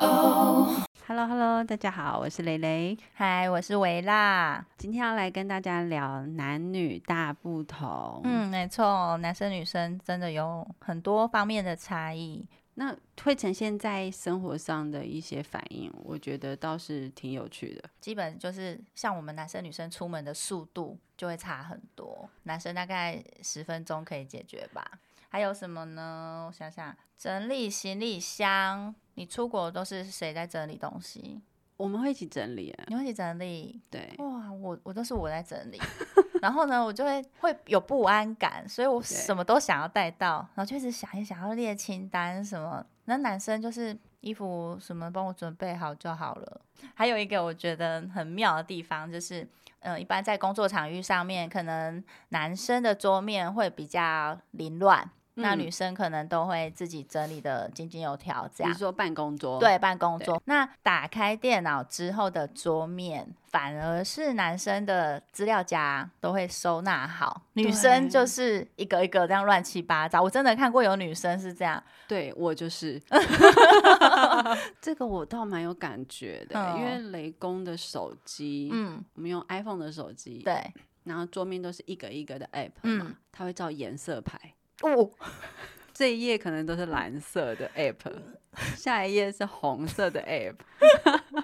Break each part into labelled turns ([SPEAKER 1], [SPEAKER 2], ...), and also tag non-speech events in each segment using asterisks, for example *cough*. [SPEAKER 1] Hello Hello，大家好，我是蕾蕾，
[SPEAKER 2] 嗨，我是维拉。
[SPEAKER 1] 今天要来跟大家聊男女大不同。，
[SPEAKER 2] 嗯，没错，男生女生真的有很多方面的差异。
[SPEAKER 1] 那会呈现在生活上的一些反应，我觉得倒是挺有趣的。
[SPEAKER 2] 基本就是像我们男生女生出门的速度就会差很多，男生大概十分钟可以解决吧。还有什么呢？我想想，整理行李箱，你出国都是谁在整理东西？
[SPEAKER 1] 我们会一起整理、啊，
[SPEAKER 2] 你会去整理？
[SPEAKER 1] 对，
[SPEAKER 2] 哇，我我都是我在整
[SPEAKER 1] *laughs*
[SPEAKER 2] 理，然后呢，我就会会有不安感，所以我
[SPEAKER 1] 对
[SPEAKER 2] 什么都想要带到，然后就一直想一想要列清单什么。那男生就是衣服什么帮我准备好就好了。还有一个我觉得很妙的地方就是，嗯、一般在工作场域上面，可能男生的桌面会比较凌乱，那
[SPEAKER 1] 嗯
[SPEAKER 2] 女生可能都会自己整理的井井有条这
[SPEAKER 1] 你
[SPEAKER 2] 样
[SPEAKER 1] 是。说办公桌，，
[SPEAKER 2] 对，办公
[SPEAKER 1] 对
[SPEAKER 2] 桌。那打开电脑之后的桌面，反而是男生的资料夹都会收纳好，女生
[SPEAKER 1] 对
[SPEAKER 2] 就是一个一个这样乱七八糟。我真的看过有女生是这样，
[SPEAKER 1] 对我
[SPEAKER 2] *laughs*
[SPEAKER 1] 就是， *laughs* 这个我倒蛮有感觉的、因为雷公的手机，
[SPEAKER 2] 嗯，
[SPEAKER 1] 我们用 iPhone 的手机，，
[SPEAKER 2] 对，
[SPEAKER 1] 然后桌面都是一个一个的 app 嘛，
[SPEAKER 2] 嗯
[SPEAKER 1] 它会照颜色排，
[SPEAKER 2] 哦，
[SPEAKER 1] 这一页可能都是蓝色的 app，下一页是红色的 app，
[SPEAKER 2] *laughs*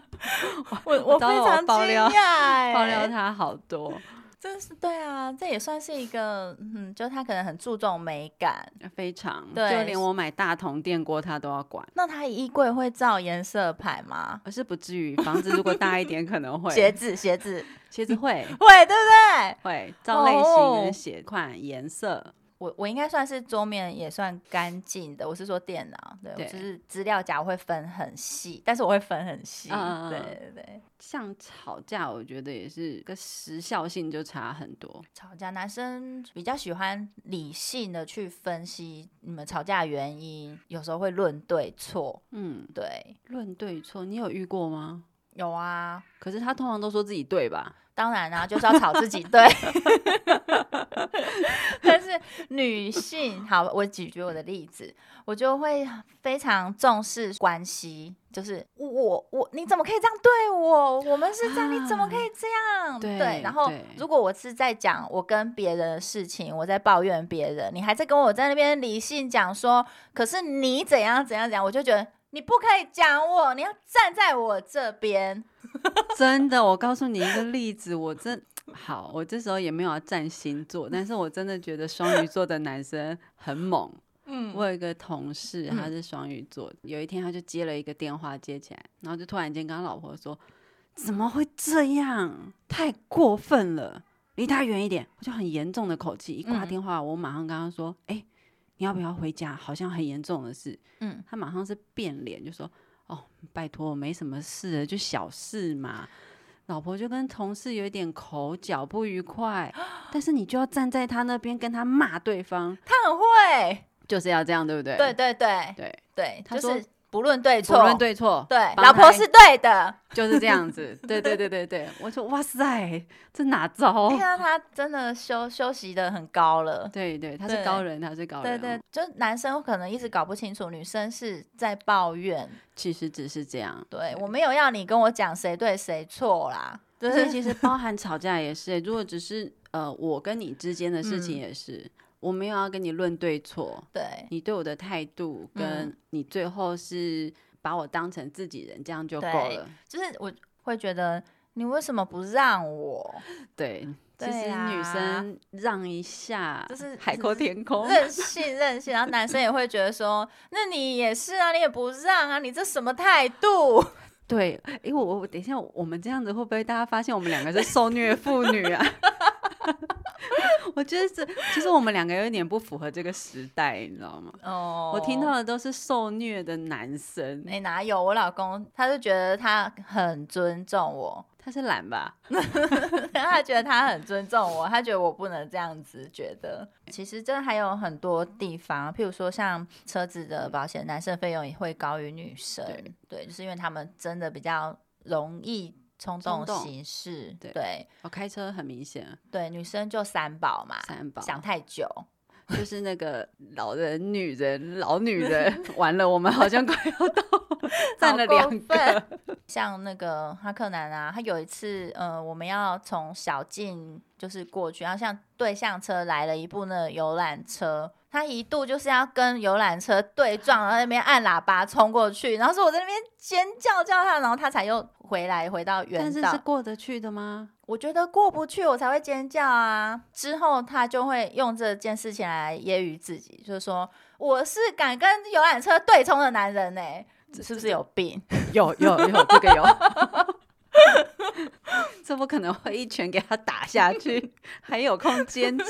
[SPEAKER 2] 我
[SPEAKER 1] 我
[SPEAKER 2] 我
[SPEAKER 1] 糟了
[SPEAKER 2] 非
[SPEAKER 1] 我
[SPEAKER 2] 常惊
[SPEAKER 1] 爆料
[SPEAKER 2] *laughs* 讶、
[SPEAKER 1] *laughs*
[SPEAKER 2] 欸，
[SPEAKER 1] 爆料它好多，
[SPEAKER 2] 真是对啊，这也算是一个，嗯，就他可能很注重美感。
[SPEAKER 1] 非常，
[SPEAKER 2] 对
[SPEAKER 1] 就连我买大同电锅它都要管。
[SPEAKER 2] 那他衣柜会照颜色牌吗？
[SPEAKER 1] 而是不至于，房子如果大一点可能
[SPEAKER 2] *laughs*
[SPEAKER 1] 会
[SPEAKER 2] 鞋子，鞋子
[SPEAKER 1] 鞋子会
[SPEAKER 2] 会，对不对？
[SPEAKER 1] 会照类型
[SPEAKER 2] 哦
[SPEAKER 1] 跟鞋款、颜色，
[SPEAKER 2] 我我应该算是桌面也算干净的，我是说电脑，对，
[SPEAKER 1] 对
[SPEAKER 2] 我就是资料夹我会分很细，但是我会分很细，
[SPEAKER 1] 嗯嗯嗯
[SPEAKER 2] 对对对。
[SPEAKER 1] 像吵架，我觉得也是个时效性就差很多。
[SPEAKER 2] 吵架，男生比较喜欢理性的去分析你们吵架的原因，有时候会论对错，
[SPEAKER 1] 嗯，
[SPEAKER 2] 对，
[SPEAKER 1] 论对错，你有遇过吗？
[SPEAKER 2] 有啊，
[SPEAKER 1] 可是他通常都说自己对吧？
[SPEAKER 2] 当然啦、就是要吵自己对。 *laughs* 但是女性，好，我举举我的例子，我就会非常重视关系，就是我我你怎么可以这样对我？我们是这样，你怎么可以这样？
[SPEAKER 1] 对
[SPEAKER 2] 然后
[SPEAKER 1] 啊对
[SPEAKER 2] 如果我是在讲我跟别人的事情，我在抱怨别人，你还在跟我在那边理性讲说，可是你怎样怎样怎样，我就觉得。你不可以讲我，你要站在我这边。
[SPEAKER 1] 真的，我告诉你一个例子，我真好，我这时候也没有要占星座，但是我真的觉得双鱼座的男生很猛。
[SPEAKER 2] 嗯
[SPEAKER 1] 我有一个同事，
[SPEAKER 2] 嗯
[SPEAKER 1] 他是双鱼座，有一天他就接了一个电话接起来，然后就突然间跟他老婆说：“怎么会这样？太过分了，离他远一点。”我就很严重的口气，一挂
[SPEAKER 2] 嗯
[SPEAKER 1] 电话，我马上跟他说：“哎、你要不要回家？好像很严重的事。”
[SPEAKER 2] 嗯，
[SPEAKER 1] 他马上是变脸，就说：“哦，拜托，没什么事的，就小事嘛。”老婆就跟同事有一点口角不愉
[SPEAKER 2] *gasps*
[SPEAKER 1] 快，但是你就要站在他那边跟他骂对方，
[SPEAKER 2] 他很会，
[SPEAKER 1] 就是要这样，对不对？
[SPEAKER 2] 对对对
[SPEAKER 1] 对，
[SPEAKER 2] 对，
[SPEAKER 1] 他
[SPEAKER 2] 就
[SPEAKER 1] 说
[SPEAKER 2] 是不论对
[SPEAKER 1] 不
[SPEAKER 2] 错，
[SPEAKER 1] 论对错，
[SPEAKER 2] 对，
[SPEAKER 1] 帮
[SPEAKER 2] 老婆
[SPEAKER 1] 他
[SPEAKER 2] 是对的。
[SPEAKER 1] 就是这样 *laughs* 子。对对对对对，我说哇塞，这哪招？
[SPEAKER 2] 看到哎他真的休休息的很高了。
[SPEAKER 1] 对对，他是
[SPEAKER 2] 对
[SPEAKER 1] 高人，他是高
[SPEAKER 2] 对
[SPEAKER 1] 人。哦
[SPEAKER 2] 对，，就是男生可能一直搞不清楚，女生是在抱怨。
[SPEAKER 1] 其实只是这 *laughs* 样。
[SPEAKER 2] 对我没有要你跟我讲谁对谁错啦，就
[SPEAKER 1] 所以
[SPEAKER 2] 是
[SPEAKER 1] *laughs* 其实包含吵架也是，如果只是呃我跟你之间的事情
[SPEAKER 2] 嗯
[SPEAKER 1] 也是，我没有要跟你论对错，
[SPEAKER 2] 对
[SPEAKER 1] 你对我的态度跟你最后是把我当成自己人，这样就够
[SPEAKER 2] 对
[SPEAKER 1] 了。
[SPEAKER 2] 就是我会觉得你为什么不让我？
[SPEAKER 1] 嗯对，其
[SPEAKER 2] 对
[SPEAKER 1] 实女
[SPEAKER 2] 啊
[SPEAKER 1] 生让一下，
[SPEAKER 2] 就是
[SPEAKER 1] 海阔天 *laughs* 空。
[SPEAKER 2] 任性任性，然后男生也会觉得说，那你也是啊，你也不让啊，你这什么
[SPEAKER 1] *laughs*
[SPEAKER 2] 态度？
[SPEAKER 1] 哦对，因为我我等一下，我们这样子会不会大家发现我们两个是受虐妇女啊？ *laughs* 我觉得这其实我们两个有一点不符合这个时代，你知道吗？
[SPEAKER 2] 哦，
[SPEAKER 1] 我听到的都是受虐的男生，
[SPEAKER 2] 没、哪有？我老公他就觉得他很尊重我， *laughs*
[SPEAKER 1] 他是懒吧？
[SPEAKER 2] 他觉得他很尊重我，他觉得我不能这样子觉得。其实这还有很多地方，譬如说像车子的保险，男生费用也会高于女生，
[SPEAKER 1] 对
[SPEAKER 2] 对，就是因为他们真的比较容易冲动
[SPEAKER 1] 冲动
[SPEAKER 2] 行事，
[SPEAKER 1] 对
[SPEAKER 2] 对
[SPEAKER 1] 我、开车很明显，
[SPEAKER 2] 对，女生就三宝嘛，
[SPEAKER 1] 三宝
[SPEAKER 2] 啊想太久，
[SPEAKER 1] 就是那个老人、女人、老女
[SPEAKER 2] *laughs*
[SPEAKER 1] 人。完了，我们好像快要到 *laughs* 占
[SPEAKER 2] 好
[SPEAKER 1] 了
[SPEAKER 2] 过
[SPEAKER 1] 两个。 *laughs*
[SPEAKER 2] 分。像那个哈克南啊，他有一次，呃，我们要从小径就是过去，然后像对向车来了一部那个游览车，他一度就是要跟游览车对撞，然后在那边按喇叭冲过去，然后说我在那边尖叫叫他，然后他才又回来回到原
[SPEAKER 1] 但是是
[SPEAKER 2] 道。
[SPEAKER 1] 过得去的吗？
[SPEAKER 2] 我觉得过不去，我才会尖叫啊！之后他就会用这件事情来揶揄自己，就是说我是敢跟游览车对冲的男人呢、是不是有病？
[SPEAKER 1] *laughs* 有有有，这 *laughs* 个有。这不可能会一拳给他打下 *laughs* 去，还有空尖叫，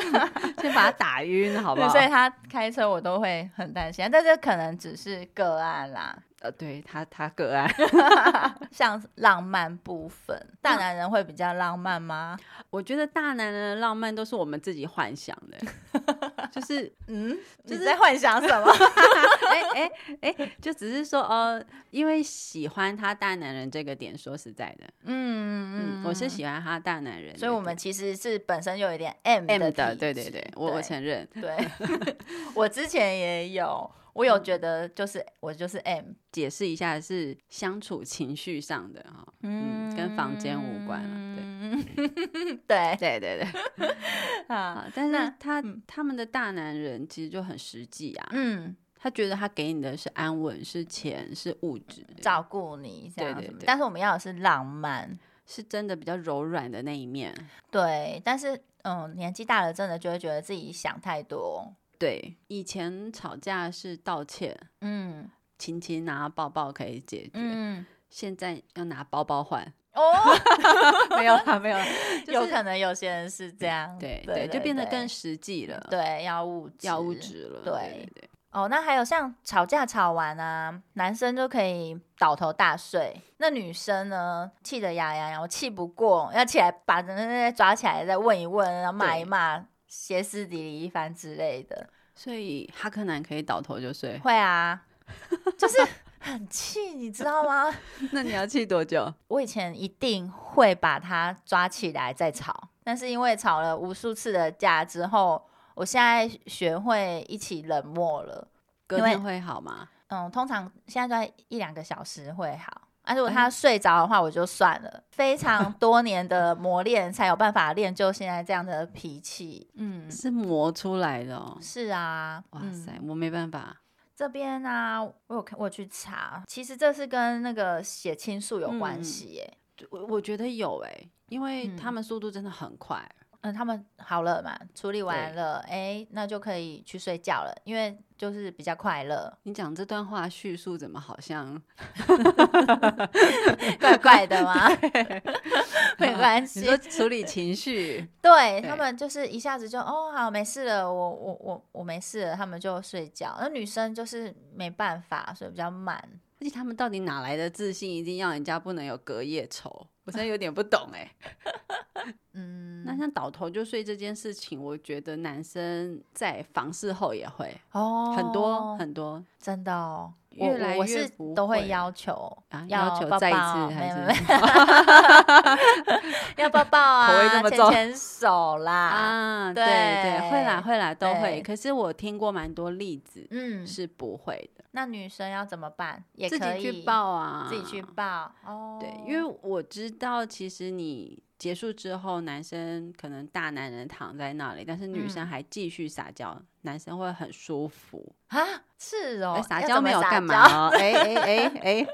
[SPEAKER 1] *laughs* 先把他打晕，好不
[SPEAKER 2] 对，
[SPEAKER 1] 好？
[SPEAKER 2] 所以他开车我都会很担心，但这可能只是个案啦，
[SPEAKER 1] 呃，对他他个案，
[SPEAKER 2] 像浪漫部分，大男人会比较浪漫吗？
[SPEAKER 1] *laughs* 我觉得大男人的浪漫都是我们自己幻想的， *laughs* 就是
[SPEAKER 2] 嗯，
[SPEAKER 1] 就
[SPEAKER 2] 就是是在幻想什么？
[SPEAKER 1] 哎哎哎，就只是说呃，因为喜欢他大男人这个点，说实在的，
[SPEAKER 2] *laughs* 嗯
[SPEAKER 1] 嗯，我是，喜欢他大男人的点，
[SPEAKER 2] 所以我们其实是本身有一点 M
[SPEAKER 1] M
[SPEAKER 2] 的
[SPEAKER 1] 的，
[SPEAKER 2] 体
[SPEAKER 1] 对对
[SPEAKER 2] 质
[SPEAKER 1] 对，我我
[SPEAKER 2] 对
[SPEAKER 1] 承认，
[SPEAKER 2] 对， *laughs* 我之前也有，我
[SPEAKER 1] 嗯
[SPEAKER 2] 有觉得就是我就是 M，
[SPEAKER 1] 解释一下是相处情绪上的哈，
[SPEAKER 2] 嗯，
[SPEAKER 1] 跟房间无关了对
[SPEAKER 2] 对，嗯 *laughs* 对
[SPEAKER 1] 对对对，
[SPEAKER 2] 啊，
[SPEAKER 1] 啊，但
[SPEAKER 2] 那
[SPEAKER 1] 是他
[SPEAKER 2] 嗯
[SPEAKER 1] 他们的大男人其实就很实际啊，
[SPEAKER 2] 嗯，
[SPEAKER 1] 他觉得他给你的是安稳、是钱、是物质，
[SPEAKER 2] 照顾你这
[SPEAKER 1] 对
[SPEAKER 2] 样
[SPEAKER 1] 对
[SPEAKER 2] 什么
[SPEAKER 1] 对
[SPEAKER 2] 但是我们要的是浪漫，
[SPEAKER 1] 是真的比较柔软的那一面，
[SPEAKER 2] 对，但是嗯，年纪大了真的就会觉得自己想太多。
[SPEAKER 1] 对，以前吵架是道歉，
[SPEAKER 2] 嗯
[SPEAKER 1] 亲亲啊、抱抱可以解决，
[SPEAKER 2] 嗯，
[SPEAKER 1] 现在要拿包包换，
[SPEAKER 2] 哦，
[SPEAKER 1] *laughs* 没有啦，没有啦， *laughs* 就是
[SPEAKER 2] 有可能有些人是这样，
[SPEAKER 1] 对
[SPEAKER 2] 对，
[SPEAKER 1] 就变得
[SPEAKER 2] 对
[SPEAKER 1] 更实际了，，
[SPEAKER 2] 对，要物质，
[SPEAKER 1] 要物。质了，
[SPEAKER 2] 对
[SPEAKER 1] 对对对，
[SPEAKER 2] 哦，那还有像吵架吵完啊，男生就可以倒头大睡，那女生呢，气得牙痒痒，我气不过，要起来把人家抓起来再问一问，然后骂一
[SPEAKER 1] 对
[SPEAKER 2] 骂，歇斯底里一番之类的。
[SPEAKER 1] 所以哈克南可以倒头就睡，
[SPEAKER 2] 会啊，就是很气，你知道吗？
[SPEAKER 1] *laughs* 那你要气多久？
[SPEAKER 2] 我以前一定会把他抓起来再吵，但是因为吵了无数次的架之后，我现在学会一起冷漠了。
[SPEAKER 1] 隔
[SPEAKER 2] 因为
[SPEAKER 1] 天会好吗？
[SPEAKER 2] 嗯，通常现在都在一两个小时会好。啊、
[SPEAKER 1] 哎
[SPEAKER 2] 如果他睡着的话，我就算了。
[SPEAKER 1] *laughs*
[SPEAKER 2] 非常多年的磨练才有办法练就现在这样的脾气。嗯，
[SPEAKER 1] 是磨出来的哦，
[SPEAKER 2] 是啊，
[SPEAKER 1] 哇
[SPEAKER 2] 嗯
[SPEAKER 1] 塞，我没办法，
[SPEAKER 2] 这边呢、我有看，我有去查，其实这是跟那个血清素有关
[SPEAKER 1] 嗯
[SPEAKER 2] 系耶。
[SPEAKER 1] 我我觉得有哎、因为他
[SPEAKER 2] 嗯
[SPEAKER 1] 们速度真的很快，
[SPEAKER 2] 嗯，他们好了嘛，处理完
[SPEAKER 1] 对，
[SPEAKER 2] 了，哎、那就可以去睡觉了，因为就是比较快乐 *laughs*
[SPEAKER 1] 你讲这段话叙述怎么好像
[SPEAKER 2] 怪怪
[SPEAKER 1] *laughs*
[SPEAKER 2] 的嘛，没关
[SPEAKER 1] 你
[SPEAKER 2] 系
[SPEAKER 1] 说。处理情绪， *laughs*
[SPEAKER 2] 对
[SPEAKER 1] 对
[SPEAKER 2] 他们就是一下子就哦好没事了，我我我我没事了，他们就睡觉。那女生就是没办法，所以比较慢。
[SPEAKER 1] 而且他们到底哪来的自信，一定要人家不能有隔夜仇？我真的有点不懂
[SPEAKER 2] *laughs*
[SPEAKER 1] 哎、
[SPEAKER 2] 嗯，
[SPEAKER 1] 那像倒头就睡这件事情，我觉得男生在房事后也会
[SPEAKER 2] 哦
[SPEAKER 1] 很多很多
[SPEAKER 2] 真的哦，我
[SPEAKER 1] 越来
[SPEAKER 2] 我我
[SPEAKER 1] 越
[SPEAKER 2] 是
[SPEAKER 1] 不
[SPEAKER 2] 都
[SPEAKER 1] 会
[SPEAKER 2] 会要求
[SPEAKER 1] 啊，要
[SPEAKER 2] 要
[SPEAKER 1] 求
[SPEAKER 2] 抱
[SPEAKER 1] 再一次
[SPEAKER 2] 抱
[SPEAKER 1] 还
[SPEAKER 2] 没
[SPEAKER 1] 是
[SPEAKER 2] 没没要抱抱
[SPEAKER 1] *laughs* 口味这
[SPEAKER 2] 啊，
[SPEAKER 1] 么
[SPEAKER 2] 牵
[SPEAKER 1] 重
[SPEAKER 2] 牵手啦， *laughs*
[SPEAKER 1] 啊，对对，会啦
[SPEAKER 2] 对
[SPEAKER 1] 会啦都会。
[SPEAKER 2] 对
[SPEAKER 1] 可是我听过蛮多例子
[SPEAKER 2] 嗯，
[SPEAKER 1] 是不会的，
[SPEAKER 2] 那女生要怎么办？也
[SPEAKER 1] 自
[SPEAKER 2] 可
[SPEAKER 1] 己
[SPEAKER 2] 以
[SPEAKER 1] 去，抱啊，
[SPEAKER 2] 自己去抱哦。
[SPEAKER 1] 对，因为我知道，其实你结束之后，男生可能大男人躺在那里，但是女生
[SPEAKER 2] 嗯
[SPEAKER 1] 还继续撒娇，男生会很舒服。
[SPEAKER 2] 啊是
[SPEAKER 1] 哎
[SPEAKER 2] 哦，
[SPEAKER 1] 撒
[SPEAKER 2] 要
[SPEAKER 1] 娇
[SPEAKER 2] 怎
[SPEAKER 1] 没
[SPEAKER 2] 么
[SPEAKER 1] 有
[SPEAKER 2] 撒
[SPEAKER 1] 干
[SPEAKER 2] 娇
[SPEAKER 1] 嘛哦？哎哎哎哎，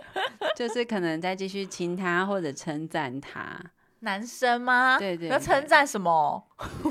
[SPEAKER 1] 就是可能再继续亲他或者称赞他。
[SPEAKER 2] 男生吗？
[SPEAKER 1] 对对
[SPEAKER 2] 要
[SPEAKER 1] 对
[SPEAKER 2] 称赞什么？ *laughs*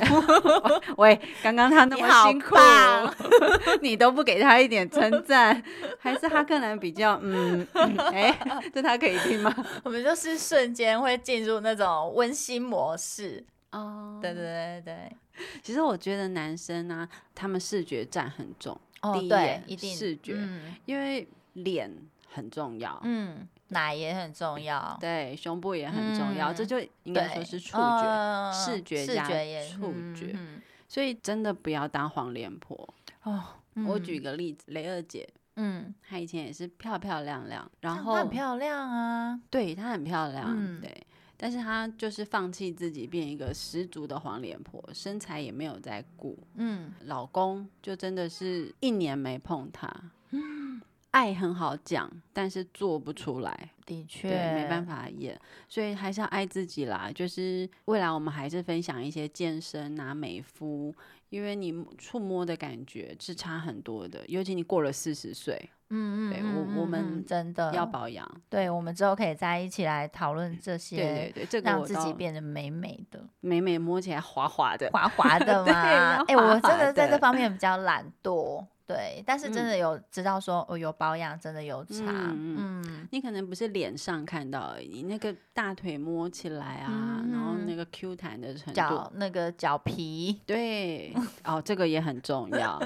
[SPEAKER 1] 喂，刚刚他那
[SPEAKER 2] 你
[SPEAKER 1] 么
[SPEAKER 2] 好
[SPEAKER 1] 辛苦
[SPEAKER 2] 棒，
[SPEAKER 1] *laughs* 你都不给他一点称赞，还是哈克兰比较嗯嗯哎、这他可以听吗？
[SPEAKER 2] *laughs* 我们就是瞬间会进入那种温馨模式。嗯
[SPEAKER 1] 哦
[SPEAKER 2] 对对对对，
[SPEAKER 1] 其实我觉得男生呢、他们视觉占很重。
[SPEAKER 2] 哦
[SPEAKER 1] 第一
[SPEAKER 2] 对
[SPEAKER 1] 眼，哦
[SPEAKER 2] 一定
[SPEAKER 1] 视觉
[SPEAKER 2] 嗯
[SPEAKER 1] 因为脸很重要，
[SPEAKER 2] 嗯奶也很重要，
[SPEAKER 1] 对，胸部也很重要，这
[SPEAKER 2] 嗯
[SPEAKER 1] 就应该说
[SPEAKER 2] 对
[SPEAKER 1] 是触觉。
[SPEAKER 2] 嗯
[SPEAKER 1] 视觉
[SPEAKER 2] 视
[SPEAKER 1] 加
[SPEAKER 2] 觉也
[SPEAKER 1] 触
[SPEAKER 2] 嗯
[SPEAKER 1] 觉
[SPEAKER 2] 嗯
[SPEAKER 1] 所以真的不要当黄脸婆。
[SPEAKER 2] 哦，
[SPEAKER 1] 我
[SPEAKER 2] 嗯
[SPEAKER 1] 举个例子，雷二姐，
[SPEAKER 2] 嗯，
[SPEAKER 1] 她以前也是漂漂亮亮，然
[SPEAKER 2] 她
[SPEAKER 1] 后
[SPEAKER 2] 很漂亮啊，
[SPEAKER 1] 对她很漂亮，
[SPEAKER 2] 嗯
[SPEAKER 1] 对，但是她就是放弃自己，变一个十足的黄脸婆，身材也没有在顾，
[SPEAKER 2] 嗯，
[SPEAKER 1] 老公就真的是一年没碰她。
[SPEAKER 2] 嗯
[SPEAKER 1] 爱很好讲，但是做不出来，
[SPEAKER 2] 的确，
[SPEAKER 1] 对，没办，法演，所以还是要爱自己啦。就是未来我们还是分享一些健身啊、美肤，因为你触摸的感觉是差很多的，尤其你过了四十岁，
[SPEAKER 2] 嗯嗯，
[SPEAKER 1] 对
[SPEAKER 2] 嗯
[SPEAKER 1] 我我
[SPEAKER 2] 嗯
[SPEAKER 1] 们
[SPEAKER 2] 嗯真的
[SPEAKER 1] 要，保养。
[SPEAKER 2] 对我们之后可以再一起来讨论这
[SPEAKER 1] 嗯
[SPEAKER 2] 些，
[SPEAKER 1] 对对对，这个
[SPEAKER 2] 让
[SPEAKER 1] 我
[SPEAKER 2] 自己
[SPEAKER 1] 倒
[SPEAKER 2] 变得美美
[SPEAKER 1] *laughs*
[SPEAKER 2] 的、
[SPEAKER 1] 美美摸起来滑滑的，
[SPEAKER 2] 滑滑的
[SPEAKER 1] 对
[SPEAKER 2] 嘛
[SPEAKER 1] 要。
[SPEAKER 2] 哎、
[SPEAKER 1] 滑
[SPEAKER 2] 我真
[SPEAKER 1] 滑
[SPEAKER 2] 的在这
[SPEAKER 1] 的
[SPEAKER 2] 方面比较懒惰，对，但是真
[SPEAKER 1] 嗯
[SPEAKER 2] 的有知道说，哦，有保养真的有差，
[SPEAKER 1] 嗯
[SPEAKER 2] 嗯
[SPEAKER 1] 你可能不是脸上看到而已，你那个大腿摸起来啊，然后那个 Q 弹的程
[SPEAKER 2] 嗯脚
[SPEAKER 1] 度，
[SPEAKER 2] 那个脚皮， *laughs*
[SPEAKER 1] 对，哦，这个也很重要。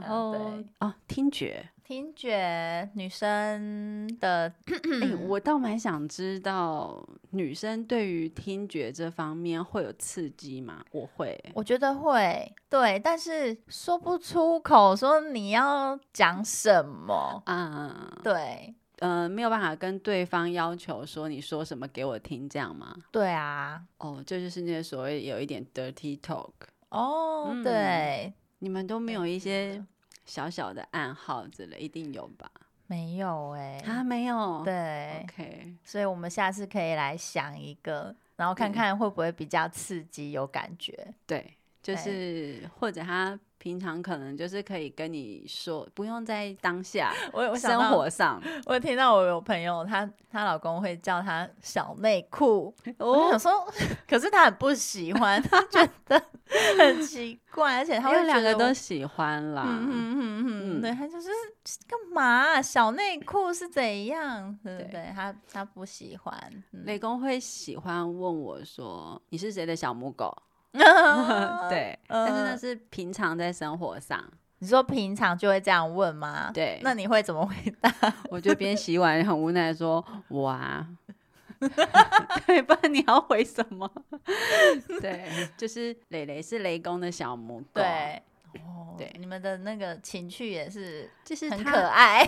[SPEAKER 1] 然后
[SPEAKER 2] 对
[SPEAKER 1] 哦，听觉，
[SPEAKER 2] 听觉，女生的
[SPEAKER 1] 哎、我倒蛮想知道女生对于听觉这方面会有刺激吗？我会欸、
[SPEAKER 2] 我觉得会对，但是说不出口，说你要讲什么，
[SPEAKER 1] 啊，
[SPEAKER 2] 对
[SPEAKER 1] 呃，没有办法跟对方要求说你说什么给我听这样吗？
[SPEAKER 2] 对啊，
[SPEAKER 1] 哦，这就是那所谓有一点 dirty talk，
[SPEAKER 2] 哦、
[SPEAKER 1] 嗯
[SPEAKER 2] 对，
[SPEAKER 1] 你们都没有一些
[SPEAKER 2] 的
[SPEAKER 1] 小小的暗号之类，一定有吧？
[SPEAKER 2] 没有哎、
[SPEAKER 1] 啊，没有，
[SPEAKER 2] 对
[SPEAKER 1] ，OK，
[SPEAKER 2] 所以我们下次可以来想一个，然后看
[SPEAKER 1] 嗯
[SPEAKER 2] 看会不会比较刺激，有感觉，
[SPEAKER 1] 对，就
[SPEAKER 2] 对
[SPEAKER 1] 是或者他平常可能就是可以跟你说，不用在当下
[SPEAKER 2] 我有想
[SPEAKER 1] 生
[SPEAKER 2] 到
[SPEAKER 1] 活上
[SPEAKER 2] 我听到我有朋友，她她老公会叫她小内 *laughs* 裤，我就想说，可是她很不喜欢，她觉得很奇怪，而且她
[SPEAKER 1] 因
[SPEAKER 2] 会
[SPEAKER 1] 为两
[SPEAKER 2] 觉
[SPEAKER 1] 个
[SPEAKER 2] 得我
[SPEAKER 1] 都喜欢啦。
[SPEAKER 2] 嗯嗯嗯
[SPEAKER 1] 嗯
[SPEAKER 2] 嗯，对，她就是干嘛、啊小内裤是怎样，对不
[SPEAKER 1] 对
[SPEAKER 2] 对？她她不喜欢，嗯
[SPEAKER 1] 雷公会喜欢问我说：“你是谁的小母狗？”
[SPEAKER 2] *laughs*
[SPEAKER 1] 对，但是那
[SPEAKER 2] 嗯
[SPEAKER 1] 是平常在生活上，
[SPEAKER 2] 你说平常就会这样问吗？，
[SPEAKER 1] 对，
[SPEAKER 2] 啊那你会怎么回答？
[SPEAKER 1] 我就边洗碗很无奈地说：“我
[SPEAKER 2] *laughs*
[SPEAKER 1] 啊，对，不然你要回什
[SPEAKER 2] *laughs*
[SPEAKER 1] 么？对，就是蕾蕾是雷公的小母狗，，
[SPEAKER 2] 对。哦
[SPEAKER 1] 对
[SPEAKER 2] 你们的那个情趣也是哦
[SPEAKER 1] 就是
[SPEAKER 2] 很可
[SPEAKER 1] 他
[SPEAKER 2] 爱，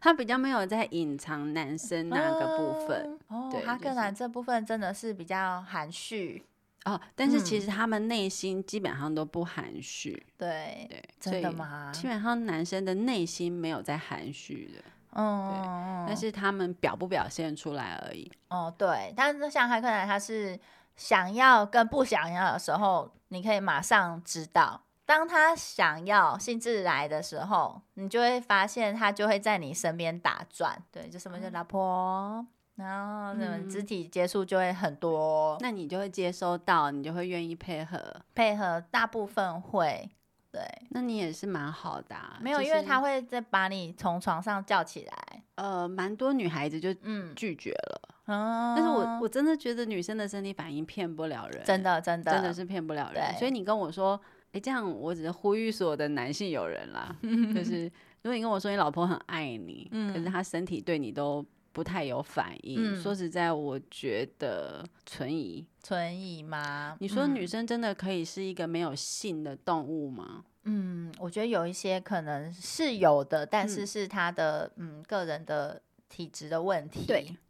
[SPEAKER 1] 他比较没有在隐藏男生那个部分
[SPEAKER 2] 嗯？哦，
[SPEAKER 1] 对
[SPEAKER 2] 哈
[SPEAKER 1] 就
[SPEAKER 2] 克
[SPEAKER 1] 是
[SPEAKER 2] 南这部分真的是比较含蓄，
[SPEAKER 1] 哦，但是
[SPEAKER 2] 嗯
[SPEAKER 1] 其实他们内心基本上都不含蓄，
[SPEAKER 2] 对，
[SPEAKER 1] 对，所
[SPEAKER 2] 真的
[SPEAKER 1] 以
[SPEAKER 2] 吗？
[SPEAKER 1] 基本上男生的内心没有在含蓄的，
[SPEAKER 2] 嗯，
[SPEAKER 1] 对
[SPEAKER 2] 嗯
[SPEAKER 1] 但是他们表不表现出来而已。
[SPEAKER 2] 哦，对，但是像哈克南他是想要跟不想要的时候，你可以马上知道。当他想要兴致来的时候，你就会发现他就会在你身边打转，对，就什么就
[SPEAKER 1] 嗯
[SPEAKER 2] 老婆，哦然后什么
[SPEAKER 1] 嗯
[SPEAKER 2] 肢体接触就会很多，哦
[SPEAKER 1] 那你就会接收到，你就会愿意配合，
[SPEAKER 2] 配合大部分会，对，
[SPEAKER 1] 那你也是蛮好的、啊。
[SPEAKER 2] 没有，
[SPEAKER 1] 就
[SPEAKER 2] 因为
[SPEAKER 1] 是
[SPEAKER 2] 他会再把你从床上叫起来，
[SPEAKER 1] 呃，蛮多女孩子就
[SPEAKER 2] 嗯，
[SPEAKER 1] 拒绝了。
[SPEAKER 2] 但
[SPEAKER 1] 但是我我真的觉得女生的身体反应骗不了人，
[SPEAKER 2] 嗯真的真的
[SPEAKER 1] 真的是骗不了人。所以你跟我说，哎、这样我只是呼吁所有的男性友人
[SPEAKER 2] *laughs*
[SPEAKER 1] 啦，就是如果你跟我说你老婆很爱你，可是
[SPEAKER 2] 嗯
[SPEAKER 1] 她身体对你都不太有反应，
[SPEAKER 2] 嗯
[SPEAKER 1] 说实在，我觉得存疑。
[SPEAKER 2] 存疑吗？
[SPEAKER 1] 你说女
[SPEAKER 2] 嗯
[SPEAKER 1] 生真的可以是一个没有性的动物吗？
[SPEAKER 2] 嗯，我觉得有一些可能是有的，但是
[SPEAKER 1] 嗯
[SPEAKER 2] 是她的嗯个人的体质的问题。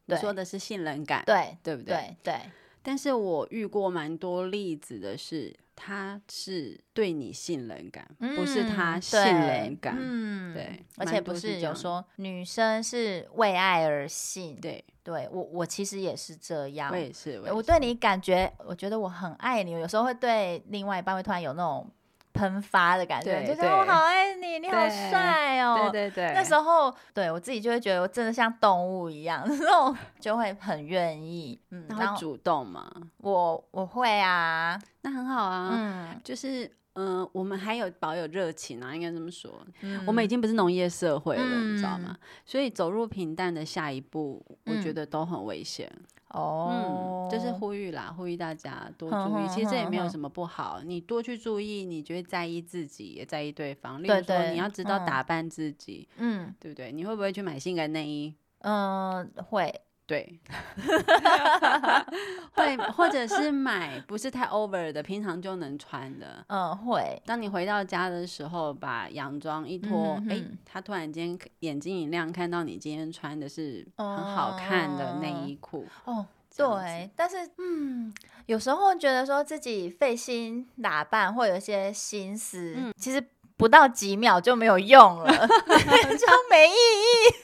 [SPEAKER 1] 你
[SPEAKER 2] 对，
[SPEAKER 1] 说的是信任感，
[SPEAKER 2] 对
[SPEAKER 1] 对不对？
[SPEAKER 2] 对对，
[SPEAKER 1] 但是我遇过蛮多例子的是，他是对你信任感，不是他
[SPEAKER 2] 嗯
[SPEAKER 1] 信任感。
[SPEAKER 2] 嗯，
[SPEAKER 1] 对
[SPEAKER 2] 而且
[SPEAKER 1] 蛮
[SPEAKER 2] 不
[SPEAKER 1] 多是
[SPEAKER 2] 是
[SPEAKER 1] 这
[SPEAKER 2] 有
[SPEAKER 1] 样
[SPEAKER 2] 说女生是为爱而性，
[SPEAKER 1] 对，
[SPEAKER 2] 对我我其实也是这样
[SPEAKER 1] 我。也是，我
[SPEAKER 2] 对
[SPEAKER 1] 也
[SPEAKER 2] 我
[SPEAKER 1] 是
[SPEAKER 2] 对你感觉，我觉得我很爱你，有时候会对另外一半会突然有那种喷发的感觉，
[SPEAKER 1] 对
[SPEAKER 2] 就觉得我
[SPEAKER 1] 对
[SPEAKER 2] 好爱你，你好
[SPEAKER 1] 对
[SPEAKER 2] 帅哦，
[SPEAKER 1] 对对对，
[SPEAKER 2] 那时候对我自己就会觉得我真的像动物一样，那种就会很愿意。嗯，
[SPEAKER 1] 那
[SPEAKER 2] 然
[SPEAKER 1] 会
[SPEAKER 2] 后
[SPEAKER 1] 主动嘛，
[SPEAKER 2] 我我会啊，
[SPEAKER 1] 那很好啊，
[SPEAKER 2] 嗯，
[SPEAKER 1] 就是。嗯、我们还有保有热情啊，应该这么说。
[SPEAKER 2] 嗯
[SPEAKER 1] 我们已经不是农业社会了，你知道
[SPEAKER 2] 嗯
[SPEAKER 1] 吗？所以走入平淡的下一步，我觉
[SPEAKER 2] 嗯
[SPEAKER 1] 得都很危险。
[SPEAKER 2] 哦
[SPEAKER 1] 嗯，，就是呼吁啦，呼吁大家多
[SPEAKER 2] 哼
[SPEAKER 1] 注意。
[SPEAKER 2] 哼
[SPEAKER 1] 其实这也没有
[SPEAKER 2] 哼
[SPEAKER 1] 什么不好，你多去注意，你就会在意自己，也在意对方。例
[SPEAKER 2] 对
[SPEAKER 1] 如说，
[SPEAKER 2] 对
[SPEAKER 1] 你要知道
[SPEAKER 2] 嗯
[SPEAKER 1] 打扮自己，
[SPEAKER 2] 嗯
[SPEAKER 1] 对不对？你会不会去买性感内衣？
[SPEAKER 2] 嗯，会，
[SPEAKER 1] 对， *laughs* 会或者是买不是太 over 的，平常就能穿的。
[SPEAKER 2] 嗯，会，
[SPEAKER 1] 当你回到家的时候，把洋装一脱，
[SPEAKER 2] 嗯哼
[SPEAKER 1] 哎、
[SPEAKER 2] 哼
[SPEAKER 1] 他突然间眼睛一亮，看到你今天穿的是很好看的内衣裤，
[SPEAKER 2] 哦，
[SPEAKER 1] 这样子
[SPEAKER 2] 对，但是嗯，有时候觉得说自己费心打扮会有一些心思，
[SPEAKER 1] 嗯
[SPEAKER 2] 其实不到几秒就没有
[SPEAKER 1] *laughs*
[SPEAKER 2] 用了， *laughs* 就没意义。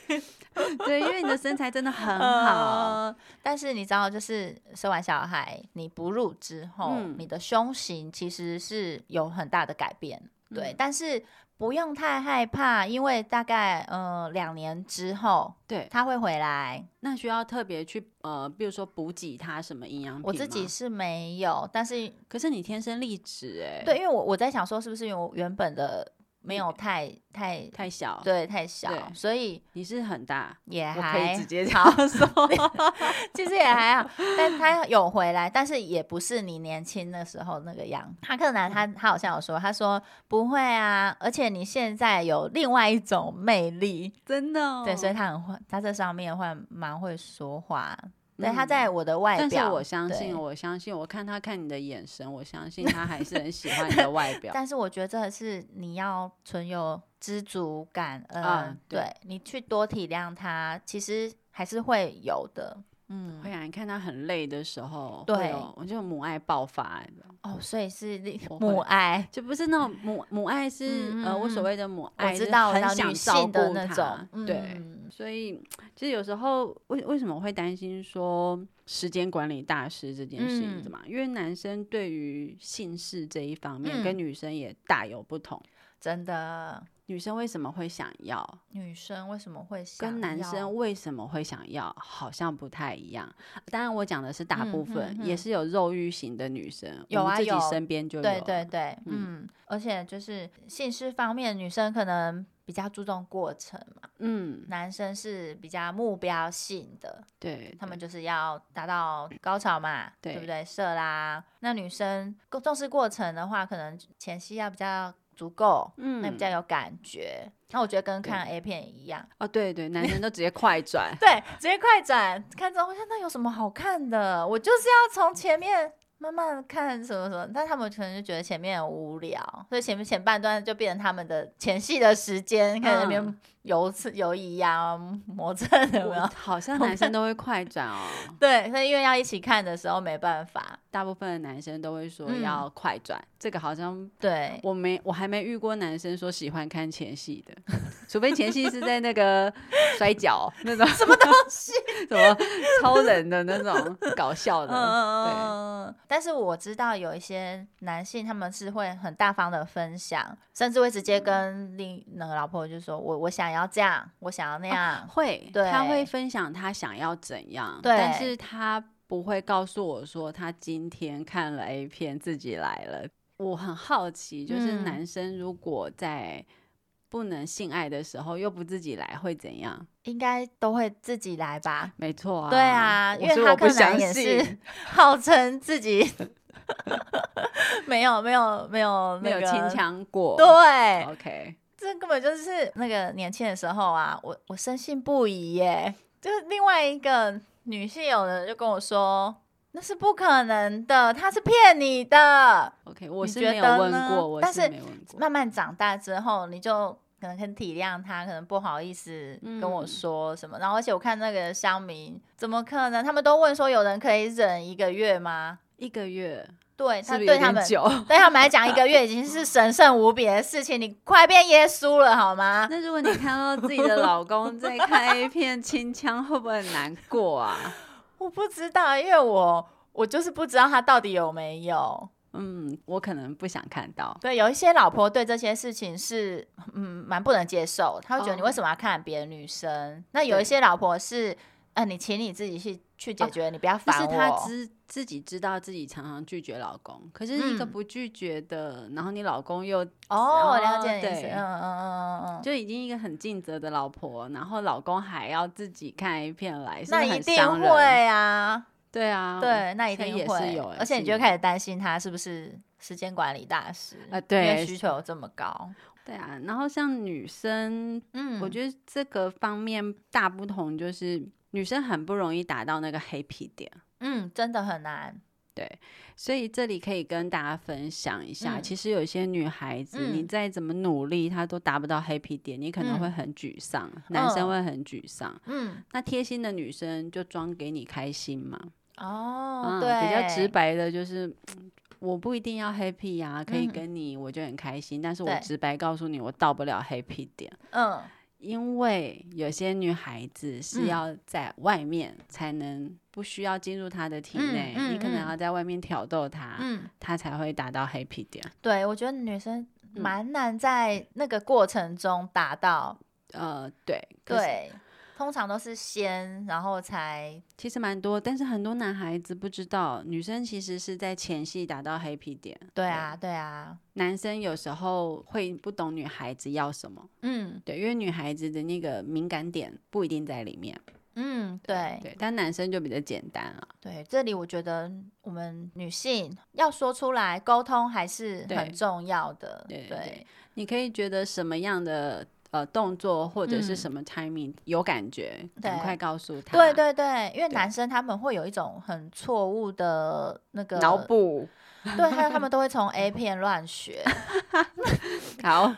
[SPEAKER 1] 对，因为你的身材真
[SPEAKER 2] *laughs*
[SPEAKER 1] 的很好，
[SPEAKER 2] 嗯但是你知道，就是生完小孩你哺乳之后，
[SPEAKER 1] 嗯
[SPEAKER 2] 你的胸型其实是有很大的改变，对，
[SPEAKER 1] 嗯
[SPEAKER 2] 但是。不用太害怕，因为大概呃两年之后
[SPEAKER 1] 对，
[SPEAKER 2] 它会回来，
[SPEAKER 1] 那需要特别去呃，比如说补给它什么营养品
[SPEAKER 2] 我自己
[SPEAKER 1] 吗，
[SPEAKER 2] 是没有，但是
[SPEAKER 1] 可是你天生丽质哎，
[SPEAKER 2] 对，，因为我我在想说，是不是因为我原本的没有太太
[SPEAKER 1] 嗯太小，
[SPEAKER 2] 对太小，
[SPEAKER 1] 对
[SPEAKER 2] 所以
[SPEAKER 1] 你是很大，
[SPEAKER 2] 也
[SPEAKER 1] 我
[SPEAKER 2] 还
[SPEAKER 1] 可以直接这
[SPEAKER 2] 好，
[SPEAKER 1] 样说，
[SPEAKER 2] *laughs* 其实也还好。但他有回来，但是也不是你年轻的时候那个样。哈克
[SPEAKER 1] 嗯
[SPEAKER 2] 南他他好像有说，他说不会啊，而且你现在有另外一种魅力，
[SPEAKER 1] 真的、哦，
[SPEAKER 2] 对，所以他很会，他这上面会蛮会说话。对，他
[SPEAKER 1] 嗯
[SPEAKER 2] 在我的外表，
[SPEAKER 1] 但是我相
[SPEAKER 2] 对
[SPEAKER 1] 信，我相信，我看他看你的眼神，我相信他还是很喜欢你的外 *laughs* 表。
[SPEAKER 2] 但是我觉得这个是你要存有知足感恩，
[SPEAKER 1] 啊
[SPEAKER 2] 对
[SPEAKER 1] 对
[SPEAKER 2] 你去多体谅他，其实还是会有的。嗯，
[SPEAKER 1] 会啊，你看他很累的时候，
[SPEAKER 2] 对
[SPEAKER 1] 对，我就母爱爆发，欸你知道吗
[SPEAKER 2] 哦，所以是另
[SPEAKER 1] 我会
[SPEAKER 2] 母爱，
[SPEAKER 1] 就不是那种母母爱是
[SPEAKER 2] 嗯嗯
[SPEAKER 1] 呃，我所
[SPEAKER 2] 嗯
[SPEAKER 1] 谓的母
[SPEAKER 2] 我
[SPEAKER 1] 爱，
[SPEAKER 2] 知
[SPEAKER 1] 是
[SPEAKER 2] 道，
[SPEAKER 1] 很
[SPEAKER 2] 然后
[SPEAKER 1] 想
[SPEAKER 2] 女
[SPEAKER 1] 照
[SPEAKER 2] 性的
[SPEAKER 1] 顾
[SPEAKER 2] 那
[SPEAKER 1] 他
[SPEAKER 2] 种，，嗯
[SPEAKER 1] 对。所以，其实有时候为为什么会担心说时间管理大师这件事情
[SPEAKER 2] 嗯
[SPEAKER 1] 怎么？因为男生对于姓氏这一方面、
[SPEAKER 2] 嗯
[SPEAKER 1] 跟女生也大有不同。
[SPEAKER 2] 真的，
[SPEAKER 1] 女生为什么会想要？
[SPEAKER 2] 女生为什么会想
[SPEAKER 1] 跟男
[SPEAKER 2] 要
[SPEAKER 1] 生为什么会想要好像不太一样。当然，我讲的是大
[SPEAKER 2] 嗯
[SPEAKER 1] 部
[SPEAKER 2] 哼
[SPEAKER 1] 分，也
[SPEAKER 2] 哼
[SPEAKER 1] 是有肉欲型的女生，
[SPEAKER 2] 有
[SPEAKER 1] 我
[SPEAKER 2] 啊
[SPEAKER 1] 们自己
[SPEAKER 2] 有
[SPEAKER 1] 身边就有。
[SPEAKER 2] 对对，对，嗯
[SPEAKER 1] 嗯
[SPEAKER 2] 而且就是性事方面，女生可能比较注重过程嘛，
[SPEAKER 1] 嗯，
[SPEAKER 2] 男生是比较目标性的，
[SPEAKER 1] 对，
[SPEAKER 2] 他们
[SPEAKER 1] 对
[SPEAKER 2] 就是要达到高潮嘛，对
[SPEAKER 1] 对
[SPEAKER 2] 不对？射啦，那女生更重视过程的话，可能前戏要比较足够，
[SPEAKER 1] 嗯
[SPEAKER 2] 那比较有感觉。那我觉得跟
[SPEAKER 1] 对
[SPEAKER 2] 看 A 片一样，，
[SPEAKER 1] 哦，对对，男生都直接快转
[SPEAKER 2] *laughs* 对，直接快转看之后，我想那有什么好看的？我就是要从前面。慢慢看什么什么，但他们可能就觉得前面很无聊，所以前面前半段就变成他们的前戏的时间，看那边
[SPEAKER 1] 嗯
[SPEAKER 2] 游刺游移啊嗯呀、磨蹭有
[SPEAKER 1] 我
[SPEAKER 2] 没有？
[SPEAKER 1] 好像男生都会快转哦，
[SPEAKER 2] 对，所以因为要一起看的时候没办法，
[SPEAKER 1] 大部分的男生都会说
[SPEAKER 2] 嗯
[SPEAKER 1] 要快转，这个好像。
[SPEAKER 2] 对，
[SPEAKER 1] 我没，我还没遇过男生说喜欢看前戏的，除非前戏是在那个摔跤那种什么东西， *laughs* 什么超人的那种搞笑的，对，
[SPEAKER 2] 嗯，但是我知道有一些男性他们是会很大方的分享，甚至会直接跟另那个老婆就说：“我我想要这样，我想要那样。
[SPEAKER 1] 会，
[SPEAKER 2] 啊对
[SPEAKER 1] 他会分享他想要怎样，
[SPEAKER 2] 对
[SPEAKER 1] 但是他不会告诉我说他今天看了 A 片自己来了。我很好奇，就是
[SPEAKER 2] 嗯
[SPEAKER 1] 男生如果在不能性爱的时候又不自己来会怎样？
[SPEAKER 2] 应该都会自己来吧。
[SPEAKER 1] 没错啊，
[SPEAKER 2] 对啊，
[SPEAKER 1] 我
[SPEAKER 2] 因为
[SPEAKER 1] 所以
[SPEAKER 2] 哈
[SPEAKER 1] 我不
[SPEAKER 2] 克南
[SPEAKER 1] 相
[SPEAKER 2] 也是
[SPEAKER 1] 信
[SPEAKER 2] *laughs* 号称自己 *laughs* 没有没有没有
[SPEAKER 1] 没
[SPEAKER 2] 那
[SPEAKER 1] 有
[SPEAKER 2] 个
[SPEAKER 1] 清腔过，
[SPEAKER 2] 对，
[SPEAKER 1] ，OK，
[SPEAKER 2] 这根本就是那个年轻的时候啊，我我深信不疑耶。就是另外一个女性友人就跟我说，那是不可能的，他是骗你的。
[SPEAKER 1] OK，我
[SPEAKER 2] 你
[SPEAKER 1] 是
[SPEAKER 2] 觉
[SPEAKER 1] 没有
[SPEAKER 2] 得
[SPEAKER 1] 问
[SPEAKER 2] 呢
[SPEAKER 1] 过，我
[SPEAKER 2] 但是
[SPEAKER 1] 没问过。
[SPEAKER 2] 慢慢长大之后，你就可能很体谅他，可能不好意思跟我
[SPEAKER 1] 嗯
[SPEAKER 2] 说什么。然后而且我看那个乡民，怎么可能？他们都问说，有人可以忍一个月吗？
[SPEAKER 1] 一个月
[SPEAKER 2] 对
[SPEAKER 1] 是
[SPEAKER 2] 他
[SPEAKER 1] 不是
[SPEAKER 2] 对
[SPEAKER 1] 有
[SPEAKER 2] 他
[SPEAKER 1] 点
[SPEAKER 2] 们
[SPEAKER 1] 久？
[SPEAKER 2] 对他们来讲，一个月已经是神圣无比的事情，你快变耶稣了好吗？
[SPEAKER 1] 那如果你看到自己的老公在看 A 片清腔，会不会很难过啊？
[SPEAKER 2] 我不知道，因为我我就是不知道他到底有没有。
[SPEAKER 1] 嗯，我可能不想看到。
[SPEAKER 2] 对，有一些老婆对这些事情是嗯蛮不能接受，她会觉得
[SPEAKER 1] 哦
[SPEAKER 2] 你为什么要看别的女生？那有一些老婆是，呃，你请你自己去去解决，你不要
[SPEAKER 1] 就
[SPEAKER 2] 烦
[SPEAKER 1] 哦是
[SPEAKER 2] 我。
[SPEAKER 1] 她知自己知道自己常常拒绝老公，可是一个
[SPEAKER 2] 嗯
[SPEAKER 1] 不拒绝的，然后你老公又
[SPEAKER 2] 哦，我
[SPEAKER 1] 哦
[SPEAKER 2] 了解你的意思，
[SPEAKER 1] 对
[SPEAKER 2] 嗯嗯嗯嗯嗯。
[SPEAKER 1] 就已经一个很尽责的老婆，然后老公还要自己看 A 片来，是不
[SPEAKER 2] 那
[SPEAKER 1] 是
[SPEAKER 2] 一
[SPEAKER 1] 很
[SPEAKER 2] 定
[SPEAKER 1] 伤人
[SPEAKER 2] 会啊，
[SPEAKER 1] 对啊，
[SPEAKER 2] 对，那一定
[SPEAKER 1] 也
[SPEAKER 2] 会。
[SPEAKER 1] 是有欸，
[SPEAKER 2] 而且你
[SPEAKER 1] 是
[SPEAKER 2] 就
[SPEAKER 1] 有
[SPEAKER 2] 开始担心他是不是时间管理大师
[SPEAKER 1] 啊
[SPEAKER 2] 因为
[SPEAKER 1] 对
[SPEAKER 2] 需求有这么高。
[SPEAKER 1] 对啊，然后像女生，
[SPEAKER 2] 嗯，
[SPEAKER 1] 我觉得这个方面大不同就是女生很不容易达到那个黑皮点。
[SPEAKER 2] 嗯真的很难，
[SPEAKER 1] 对，所以这里可以跟大家分享一下，
[SPEAKER 2] 嗯
[SPEAKER 1] 其实有一些女孩子，你
[SPEAKER 2] 嗯
[SPEAKER 1] 再怎么努力，她都达不到 happy 点，你可能会
[SPEAKER 2] 嗯
[SPEAKER 1] 很沮丧，男生
[SPEAKER 2] 嗯
[SPEAKER 1] 会很沮丧。
[SPEAKER 2] 嗯
[SPEAKER 1] 那贴心的女生就装给你开心嘛，嗯，
[SPEAKER 2] 哦对，
[SPEAKER 1] 比较直，白的就是。嗯我不一定要 happy 呀、可以
[SPEAKER 2] 嗯
[SPEAKER 1] 跟你，我就很开心。但是我
[SPEAKER 2] 对
[SPEAKER 1] 直白告诉你，我到不了 happy 点，啊
[SPEAKER 2] 嗯
[SPEAKER 1] 因为有些女孩子是
[SPEAKER 2] 嗯
[SPEAKER 1] 要在外面才能，不需要进入她的体
[SPEAKER 2] 嗯
[SPEAKER 1] 内，你可能
[SPEAKER 2] 嗯嗯
[SPEAKER 1] 要在外面挑逗她，
[SPEAKER 2] 嗯，
[SPEAKER 1] 他才会达到 happy 点。
[SPEAKER 2] 对，我觉得女生
[SPEAKER 1] 嗯
[SPEAKER 2] 蛮难在那个过程中达到，
[SPEAKER 1] 呃，对，可是
[SPEAKER 2] 对，通常都是先，然后才，
[SPEAKER 1] 其实蛮多，但是很多男孩子不知道，女生其实是在前戏达到 happy 点。
[SPEAKER 2] 对啊，对啊，
[SPEAKER 1] 男生有时候会不懂女孩子要什么，
[SPEAKER 2] 嗯
[SPEAKER 1] 对，因为女孩子的那个敏感点不一定在里面，
[SPEAKER 2] 嗯，对
[SPEAKER 1] 对，但男生就比较简单啊，
[SPEAKER 2] 对，这里我觉得我们女性要说出来沟通还是
[SPEAKER 1] 对
[SPEAKER 2] 很重要的，
[SPEAKER 1] 对对对，你可以觉得什么样的呃动作或者是
[SPEAKER 2] 嗯
[SPEAKER 1] 什么 timing、有感觉，赶
[SPEAKER 2] 对
[SPEAKER 1] 快告诉他，
[SPEAKER 2] 对对对，因为
[SPEAKER 1] 对
[SPEAKER 2] 男生他们会有一种很错误的那个
[SPEAKER 1] 脑，补，
[SPEAKER 2] 对，还有他们都会从 A 片乱学，
[SPEAKER 1] 好，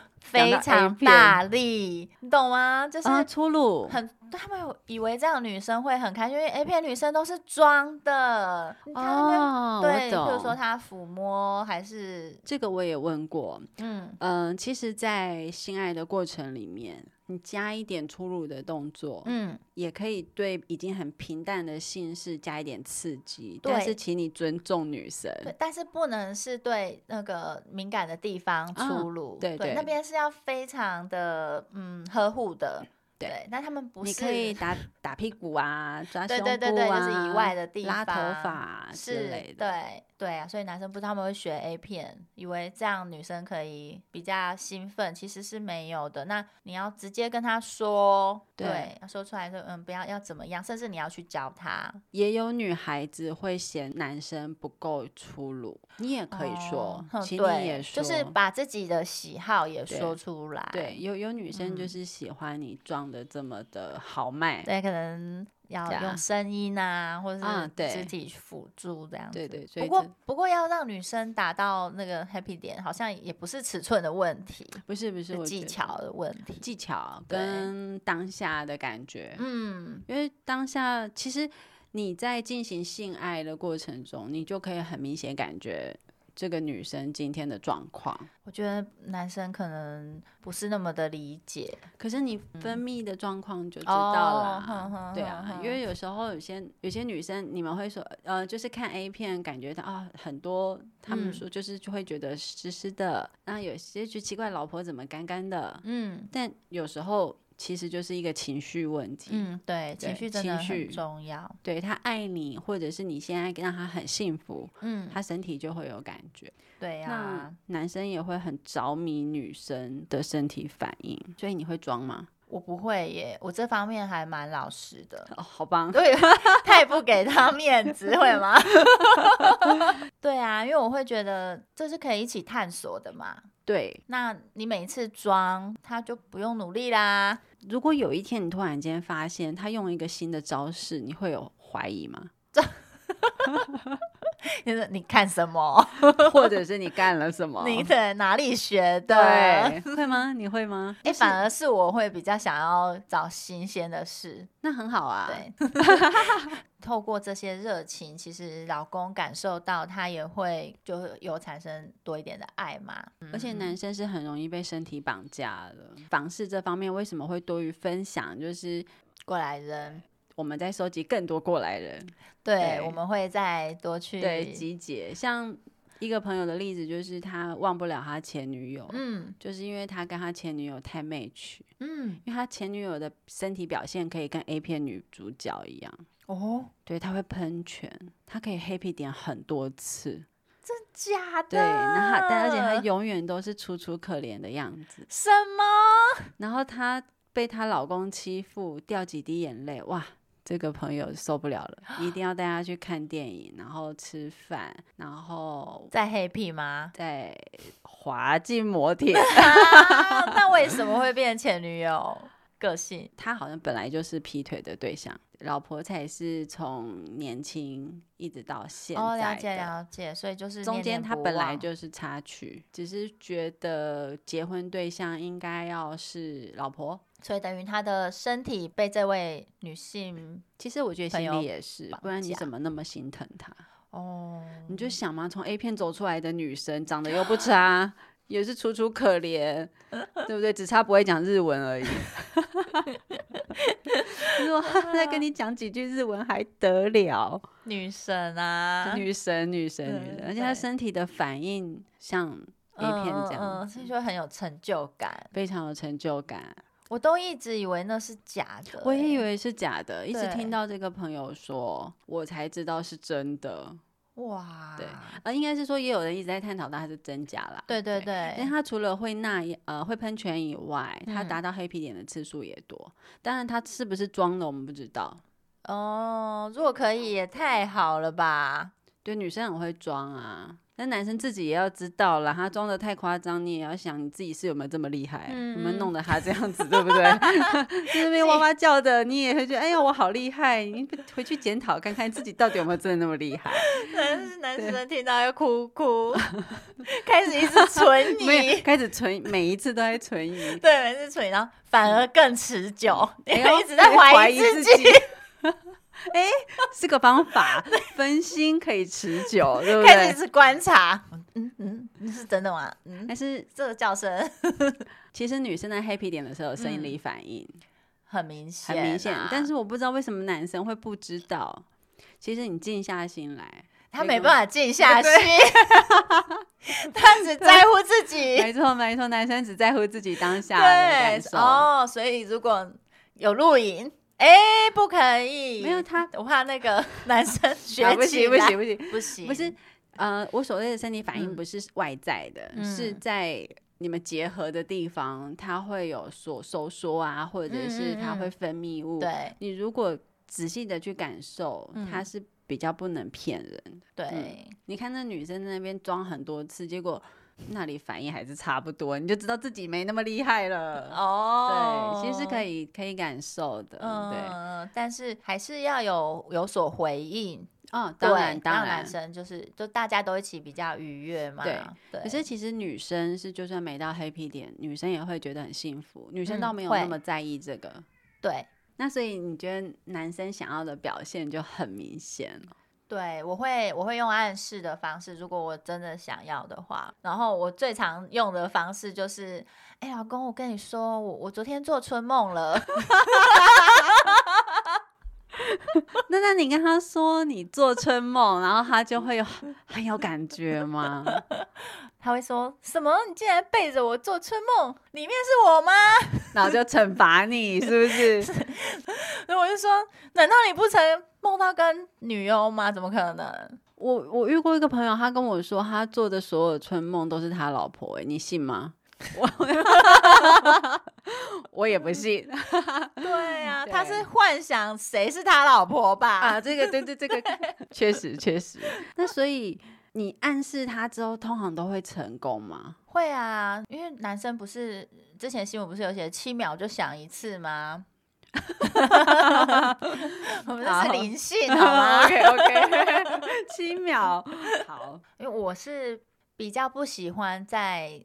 [SPEAKER 1] 讲
[SPEAKER 2] 非
[SPEAKER 1] 到 A
[SPEAKER 2] 常
[SPEAKER 1] 片
[SPEAKER 2] 大力，你懂吗？就是
[SPEAKER 1] 啊，出路，
[SPEAKER 2] 很，他们有以为这样女生会很开心，因为 A 片女生都是装的，她
[SPEAKER 1] 哦，
[SPEAKER 2] 那
[SPEAKER 1] 我
[SPEAKER 2] 边对，
[SPEAKER 1] 懂
[SPEAKER 2] 譬如说她抚摸还是
[SPEAKER 1] 这个我也问过，
[SPEAKER 2] 嗯
[SPEAKER 1] 嗯，其实，在性爱的过程里面，你加一点出入的动作，
[SPEAKER 2] 嗯，
[SPEAKER 1] 也可以对已经很平淡的性事加一点刺激，但是
[SPEAKER 2] 对
[SPEAKER 1] 请你尊重女生。
[SPEAKER 2] 对，但是不能是对那个敏感的地方出
[SPEAKER 1] 嗯
[SPEAKER 2] 入，
[SPEAKER 1] 对
[SPEAKER 2] 对，那
[SPEAKER 1] 对
[SPEAKER 2] 边是要非常的嗯呵护的，
[SPEAKER 1] 对
[SPEAKER 2] 对，那他们不
[SPEAKER 1] 你
[SPEAKER 2] 是
[SPEAKER 1] 可
[SPEAKER 2] *laughs*
[SPEAKER 1] 以打打屁股啊，抓胸
[SPEAKER 2] 对
[SPEAKER 1] 部啊，
[SPEAKER 2] 对对对，就是以外的地方，
[SPEAKER 1] 啊拉头发啊之
[SPEAKER 2] 是
[SPEAKER 1] 类的。
[SPEAKER 2] 对对啊，所以男生不知道他们会学 A 片，以为这样女生可以比较兴奋，其实是没有的。那你要直接跟他说，
[SPEAKER 1] 对
[SPEAKER 2] 对，要说出来说，嗯，不要要怎么样，甚至你要去教他，
[SPEAKER 1] 也有女孩子会嫌男生不够粗鲁，你也可以说
[SPEAKER 2] 哦，哼
[SPEAKER 1] 请
[SPEAKER 2] 对
[SPEAKER 1] 你也说，
[SPEAKER 2] 就是把自己的喜好也
[SPEAKER 1] 对
[SPEAKER 2] 说出来，
[SPEAKER 1] 对，有有女生就
[SPEAKER 2] 嗯
[SPEAKER 1] 是喜欢你装的这么的豪迈，
[SPEAKER 2] 对，可能要
[SPEAKER 1] 对啊
[SPEAKER 2] 用声音啊，或者
[SPEAKER 1] 啊
[SPEAKER 2] 是
[SPEAKER 1] 对
[SPEAKER 2] 肢体辅助这样子。
[SPEAKER 1] 对对所以
[SPEAKER 2] 不过
[SPEAKER 1] 这
[SPEAKER 2] 不过要让女生达到那个 happy 点，好像也不是尺寸的问题，
[SPEAKER 1] 不是不是，
[SPEAKER 2] 是
[SPEAKER 1] 我
[SPEAKER 2] 技
[SPEAKER 1] 觉得
[SPEAKER 2] 巧的问题。
[SPEAKER 1] 技巧
[SPEAKER 2] 对
[SPEAKER 1] 跟当下的感觉，
[SPEAKER 2] 嗯，
[SPEAKER 1] 因为当下其实你在进行性爱的过程中，你就可以很明显感觉这个女生今天的状况。
[SPEAKER 2] 我觉得男生可能不是那么的理解，
[SPEAKER 1] 可是你分泌的状况就知
[SPEAKER 2] 知
[SPEAKER 1] 道啦。
[SPEAKER 2] 嗯哦哼
[SPEAKER 1] 对啊，因为有时候有些有些女生，你们会说，呃，就是看 A 片，感觉到啊、很多他们
[SPEAKER 2] 嗯
[SPEAKER 1] 说就是就会觉得湿湿的，那有些就奇怪，老婆怎么干干的？
[SPEAKER 2] 嗯
[SPEAKER 1] 但有时候其实就是一个情绪问题。
[SPEAKER 2] 嗯，对，
[SPEAKER 1] 对
[SPEAKER 2] 情绪真
[SPEAKER 1] 情
[SPEAKER 2] 的
[SPEAKER 1] 绪
[SPEAKER 2] 很重要。
[SPEAKER 1] 对他爱你，或者是你现在让他很幸福，
[SPEAKER 2] 嗯，
[SPEAKER 1] 他身体就会有感觉。
[SPEAKER 2] 对
[SPEAKER 1] 那
[SPEAKER 2] 啊，
[SPEAKER 1] 男生也会很着迷女生的身体反应，所以你会装吗？
[SPEAKER 2] 我不会耶，我这方面还蛮老实的。
[SPEAKER 1] *laughs* 哦，好棒！
[SPEAKER 2] 对，太不给他面子，会吗？ *laughs* 对啊，因为我会觉得这是可以一起探索的嘛。
[SPEAKER 1] 对，
[SPEAKER 2] 那你每次装，他就不用努力啦。 *laughs*
[SPEAKER 1] 如果有一天你突然间发现他用一个新的招式，你会有怀疑吗？ *laughs*
[SPEAKER 2] 就是你看什么？
[SPEAKER 1] 或者是你干了什么？
[SPEAKER 2] 你在哪里学的？
[SPEAKER 1] 哦对，会吗？你会吗？
[SPEAKER 2] 哎、
[SPEAKER 1] 就是
[SPEAKER 2] 反而是我会比较想要找新鲜的事。
[SPEAKER 1] 那很好啊。 *laughs*
[SPEAKER 2] 对，透过这些热情，其实老公感受到他也会就是有产生多一点的爱嘛。
[SPEAKER 1] 而且
[SPEAKER 2] 嗯
[SPEAKER 1] 男生是很容易被身体绑架的。房事这方面为什么会多于分享？就是
[SPEAKER 2] 过来人
[SPEAKER 1] 我们在收集更多过来人，
[SPEAKER 2] 对，
[SPEAKER 1] 对
[SPEAKER 2] 我们会再多去
[SPEAKER 1] 对集结。像一个朋友的例子，就是他忘不了他前女友，
[SPEAKER 2] 嗯
[SPEAKER 1] 就是因为他跟他前女友太 match，
[SPEAKER 2] 嗯
[SPEAKER 1] 因为他前女友的身体表现可以跟 A 片女主角一样，
[SPEAKER 2] 哦，
[SPEAKER 1] 对，他会喷泉，他可以 happy 点很多次，
[SPEAKER 2] 假的，
[SPEAKER 1] 对，然后他但而且他
[SPEAKER 2] 啊
[SPEAKER 1] 永远都是楚楚可怜的样子，
[SPEAKER 2] 什么？
[SPEAKER 1] 然后她被她老公欺负，掉几滴眼泪，哇，这个朋友受不了了，一定要带他去看电影，然后吃饭，然后？
[SPEAKER 2] 在黑屁吗
[SPEAKER 1] *laughs* 再滑进摩铁。 *laughs*
[SPEAKER 2] 啊那为什么会变前女友？个性
[SPEAKER 1] 他好像本来就是劈腿的对象，老婆才是从年轻一直到现在的。
[SPEAKER 2] 哦，了解了解，所以就是
[SPEAKER 1] 中
[SPEAKER 2] 念
[SPEAKER 1] 间
[SPEAKER 2] 念
[SPEAKER 1] 他
[SPEAKER 2] 不
[SPEAKER 1] 本来
[SPEAKER 2] 忘
[SPEAKER 1] 就是插曲，只是觉得结婚对象应该要是老婆。
[SPEAKER 2] 所以等于他的身体被这位女性
[SPEAKER 1] 其实我觉得
[SPEAKER 2] 朋
[SPEAKER 1] 心
[SPEAKER 2] 友
[SPEAKER 1] 里也是，
[SPEAKER 2] 绑
[SPEAKER 1] 不然你
[SPEAKER 2] 架
[SPEAKER 1] 怎么那么心疼他？
[SPEAKER 2] 哦，
[SPEAKER 1] 你就想嘛，从 A 片走出来的女生，长得又
[SPEAKER 2] *laughs*
[SPEAKER 1] 不差，也是楚楚可怜，对不对？只差不会讲日文而已。 *laughs* 你说
[SPEAKER 2] 啊
[SPEAKER 1] 他 *laughs* 再跟你讲几句日文还得了？
[SPEAKER 2] 女神啊，
[SPEAKER 1] 女神，女神，女
[SPEAKER 2] 对
[SPEAKER 1] 神，而且她
[SPEAKER 2] 对
[SPEAKER 1] 身体的反应像 A 片这
[SPEAKER 2] 嗯嗯
[SPEAKER 1] 样
[SPEAKER 2] 嗯，
[SPEAKER 1] 子
[SPEAKER 2] 所以就很有成就感。
[SPEAKER 1] 非常有成就感。
[SPEAKER 2] 我都一直以为那是假的欸、
[SPEAKER 1] 我也以为是假的，一直
[SPEAKER 2] 对
[SPEAKER 1] 听到这个朋友说，我才知道是真的。
[SPEAKER 2] 哇，
[SPEAKER 1] 对啊，应该是说也有人一直在探讨，但它是真假啦。
[SPEAKER 2] 对对
[SPEAKER 1] 因为
[SPEAKER 2] 对，
[SPEAKER 1] 他除了会那样呃会喷泉以外，他
[SPEAKER 2] 嗯
[SPEAKER 1] 达到黑皮点的次数也多。当然，他是不是装的我们不知道。
[SPEAKER 2] 哦，如果可以也太好
[SPEAKER 1] *laughs*
[SPEAKER 2] 了吧？
[SPEAKER 1] 对，女生很会装啊，但男生自己也要知道啦。他装的太夸张，你也要想你自己是有没有这么厉害，
[SPEAKER 2] 嗯
[SPEAKER 1] 有没有
[SPEAKER 2] 嗯
[SPEAKER 1] 弄
[SPEAKER 2] *laughs*
[SPEAKER 1] 得他这样子，对不 *laughs* 对？在那边哇哇叫的，你也会觉得哎呀我好厉害。你回去检讨看看自己到底有没有真的那么厉
[SPEAKER 2] *laughs*
[SPEAKER 1] 害。
[SPEAKER 2] 但是男
[SPEAKER 1] 对
[SPEAKER 2] 生听到要哭
[SPEAKER 1] *laughs*
[SPEAKER 2] 哭，开始一直存
[SPEAKER 1] 没有
[SPEAKER 2] 疑，
[SPEAKER 1] 开始存，每一次都在存疑。
[SPEAKER 2] 对，每次存疑，然后反而更持久，因
[SPEAKER 1] 哎呦
[SPEAKER 2] *laughs* 为一直在怀疑自己，。
[SPEAKER 1] *laughs* 哎、是个方
[SPEAKER 2] *laughs*
[SPEAKER 1] 法，分心可以持久，对不
[SPEAKER 2] 开始一
[SPEAKER 1] 对？
[SPEAKER 2] 直观察，嗯嗯嗯，是真的吗？嗯，
[SPEAKER 1] 但是
[SPEAKER 2] 这个叫声
[SPEAKER 1] 其实女生在 happy 点的时候有生理反应、
[SPEAKER 2] 很明显
[SPEAKER 1] 很
[SPEAKER 2] 啊，
[SPEAKER 1] 明显，但是我不知道为什么男生会不知道。其实你静下心
[SPEAKER 2] *laughs*
[SPEAKER 1] 来，
[SPEAKER 2] 他没办法
[SPEAKER 1] *laughs*
[SPEAKER 2] 静下心， *laughs* 他只在乎自
[SPEAKER 1] *laughs*
[SPEAKER 2] 己。
[SPEAKER 1] 没错没错，男生只在乎自己当下的感
[SPEAKER 2] 对，
[SPEAKER 1] 受。
[SPEAKER 2] 哦，所以如果有录影，哎，不可以，
[SPEAKER 1] 没有他，
[SPEAKER 2] 我怕那个男生学
[SPEAKER 1] 啊，不
[SPEAKER 2] 起
[SPEAKER 1] 行不
[SPEAKER 2] 来
[SPEAKER 1] 行不行，
[SPEAKER 2] 不行，
[SPEAKER 1] 不是呃，我所谓的生理反应
[SPEAKER 2] 嗯
[SPEAKER 1] 不是外在的，是
[SPEAKER 2] 嗯
[SPEAKER 1] 在你们结合的地方，它会有所收缩啊，或者是它
[SPEAKER 2] 嗯嗯
[SPEAKER 1] 会
[SPEAKER 2] 嗯
[SPEAKER 1] 分泌物。
[SPEAKER 2] 对
[SPEAKER 1] 你如果仔细的去感受，它
[SPEAKER 2] 嗯
[SPEAKER 1] 是比较不能骗人的。
[SPEAKER 2] 对，
[SPEAKER 1] 你看那女生在那边装很多次，结果那里反应还是差不多，你就知道自己没那么厉害了。
[SPEAKER 2] 哦，
[SPEAKER 1] 嗯对，其实是可
[SPEAKER 2] 以，
[SPEAKER 1] 以可以感受的。对，
[SPEAKER 2] 嗯，但是还是要有有所回应，
[SPEAKER 1] 哦，当
[SPEAKER 2] 对
[SPEAKER 1] 然当
[SPEAKER 2] 让
[SPEAKER 1] 然
[SPEAKER 2] 男。生就是就大家都一起比较愉悦嘛，
[SPEAKER 1] 对
[SPEAKER 2] 对，
[SPEAKER 1] 可是其实女生是就算没到黑皮点，女生也会觉得很幸福，女生
[SPEAKER 2] 嗯
[SPEAKER 1] 倒没有那
[SPEAKER 2] 会
[SPEAKER 1] 么在意这个。
[SPEAKER 2] 对。
[SPEAKER 1] 那所以你觉得男生想要的表现就很明显哦了，
[SPEAKER 2] *laughs* 对，我会我会用暗示的方式，如果我真的想要的话。然后我最常用的方式就是，哎，老公，我跟你说，我我昨天做春梦了。 *laughs*
[SPEAKER 1] 那那你跟他说你做春梦，然后他就会有很有感觉吗？
[SPEAKER 2] 他会说什么？你竟然背着我做春梦，里面是我吗？
[SPEAKER 1] 然后就惩罚你，是不
[SPEAKER 2] *laughs*
[SPEAKER 1] 是？
[SPEAKER 2] 然后我就说，难道你不曾梦到跟女优吗？怎么可能？
[SPEAKER 1] 我我遇过一个朋友，他跟我说他做的所有春梦都是他老婆、欸，你信吗？ *laughs* 我我也不信。
[SPEAKER 2] 对呀、
[SPEAKER 1] *laughs*
[SPEAKER 2] 啊，
[SPEAKER 1] 对
[SPEAKER 2] 他是幻想谁是他老婆吧？
[SPEAKER 1] 啊，这个对对，这个
[SPEAKER 2] *laughs*
[SPEAKER 1] 确实确实。 *laughs* 那所以你暗示他之后，通常都会成功吗？
[SPEAKER 2] 会啊，因为男生不是之前新闻不是有写七秒就想一次吗？ *laughs* 我们这是
[SPEAKER 1] 好
[SPEAKER 2] 灵性好吗？
[SPEAKER 1] OK OK，七
[SPEAKER 2] *laughs*
[SPEAKER 1] 秒，好，
[SPEAKER 2] 因为我是比较不喜欢在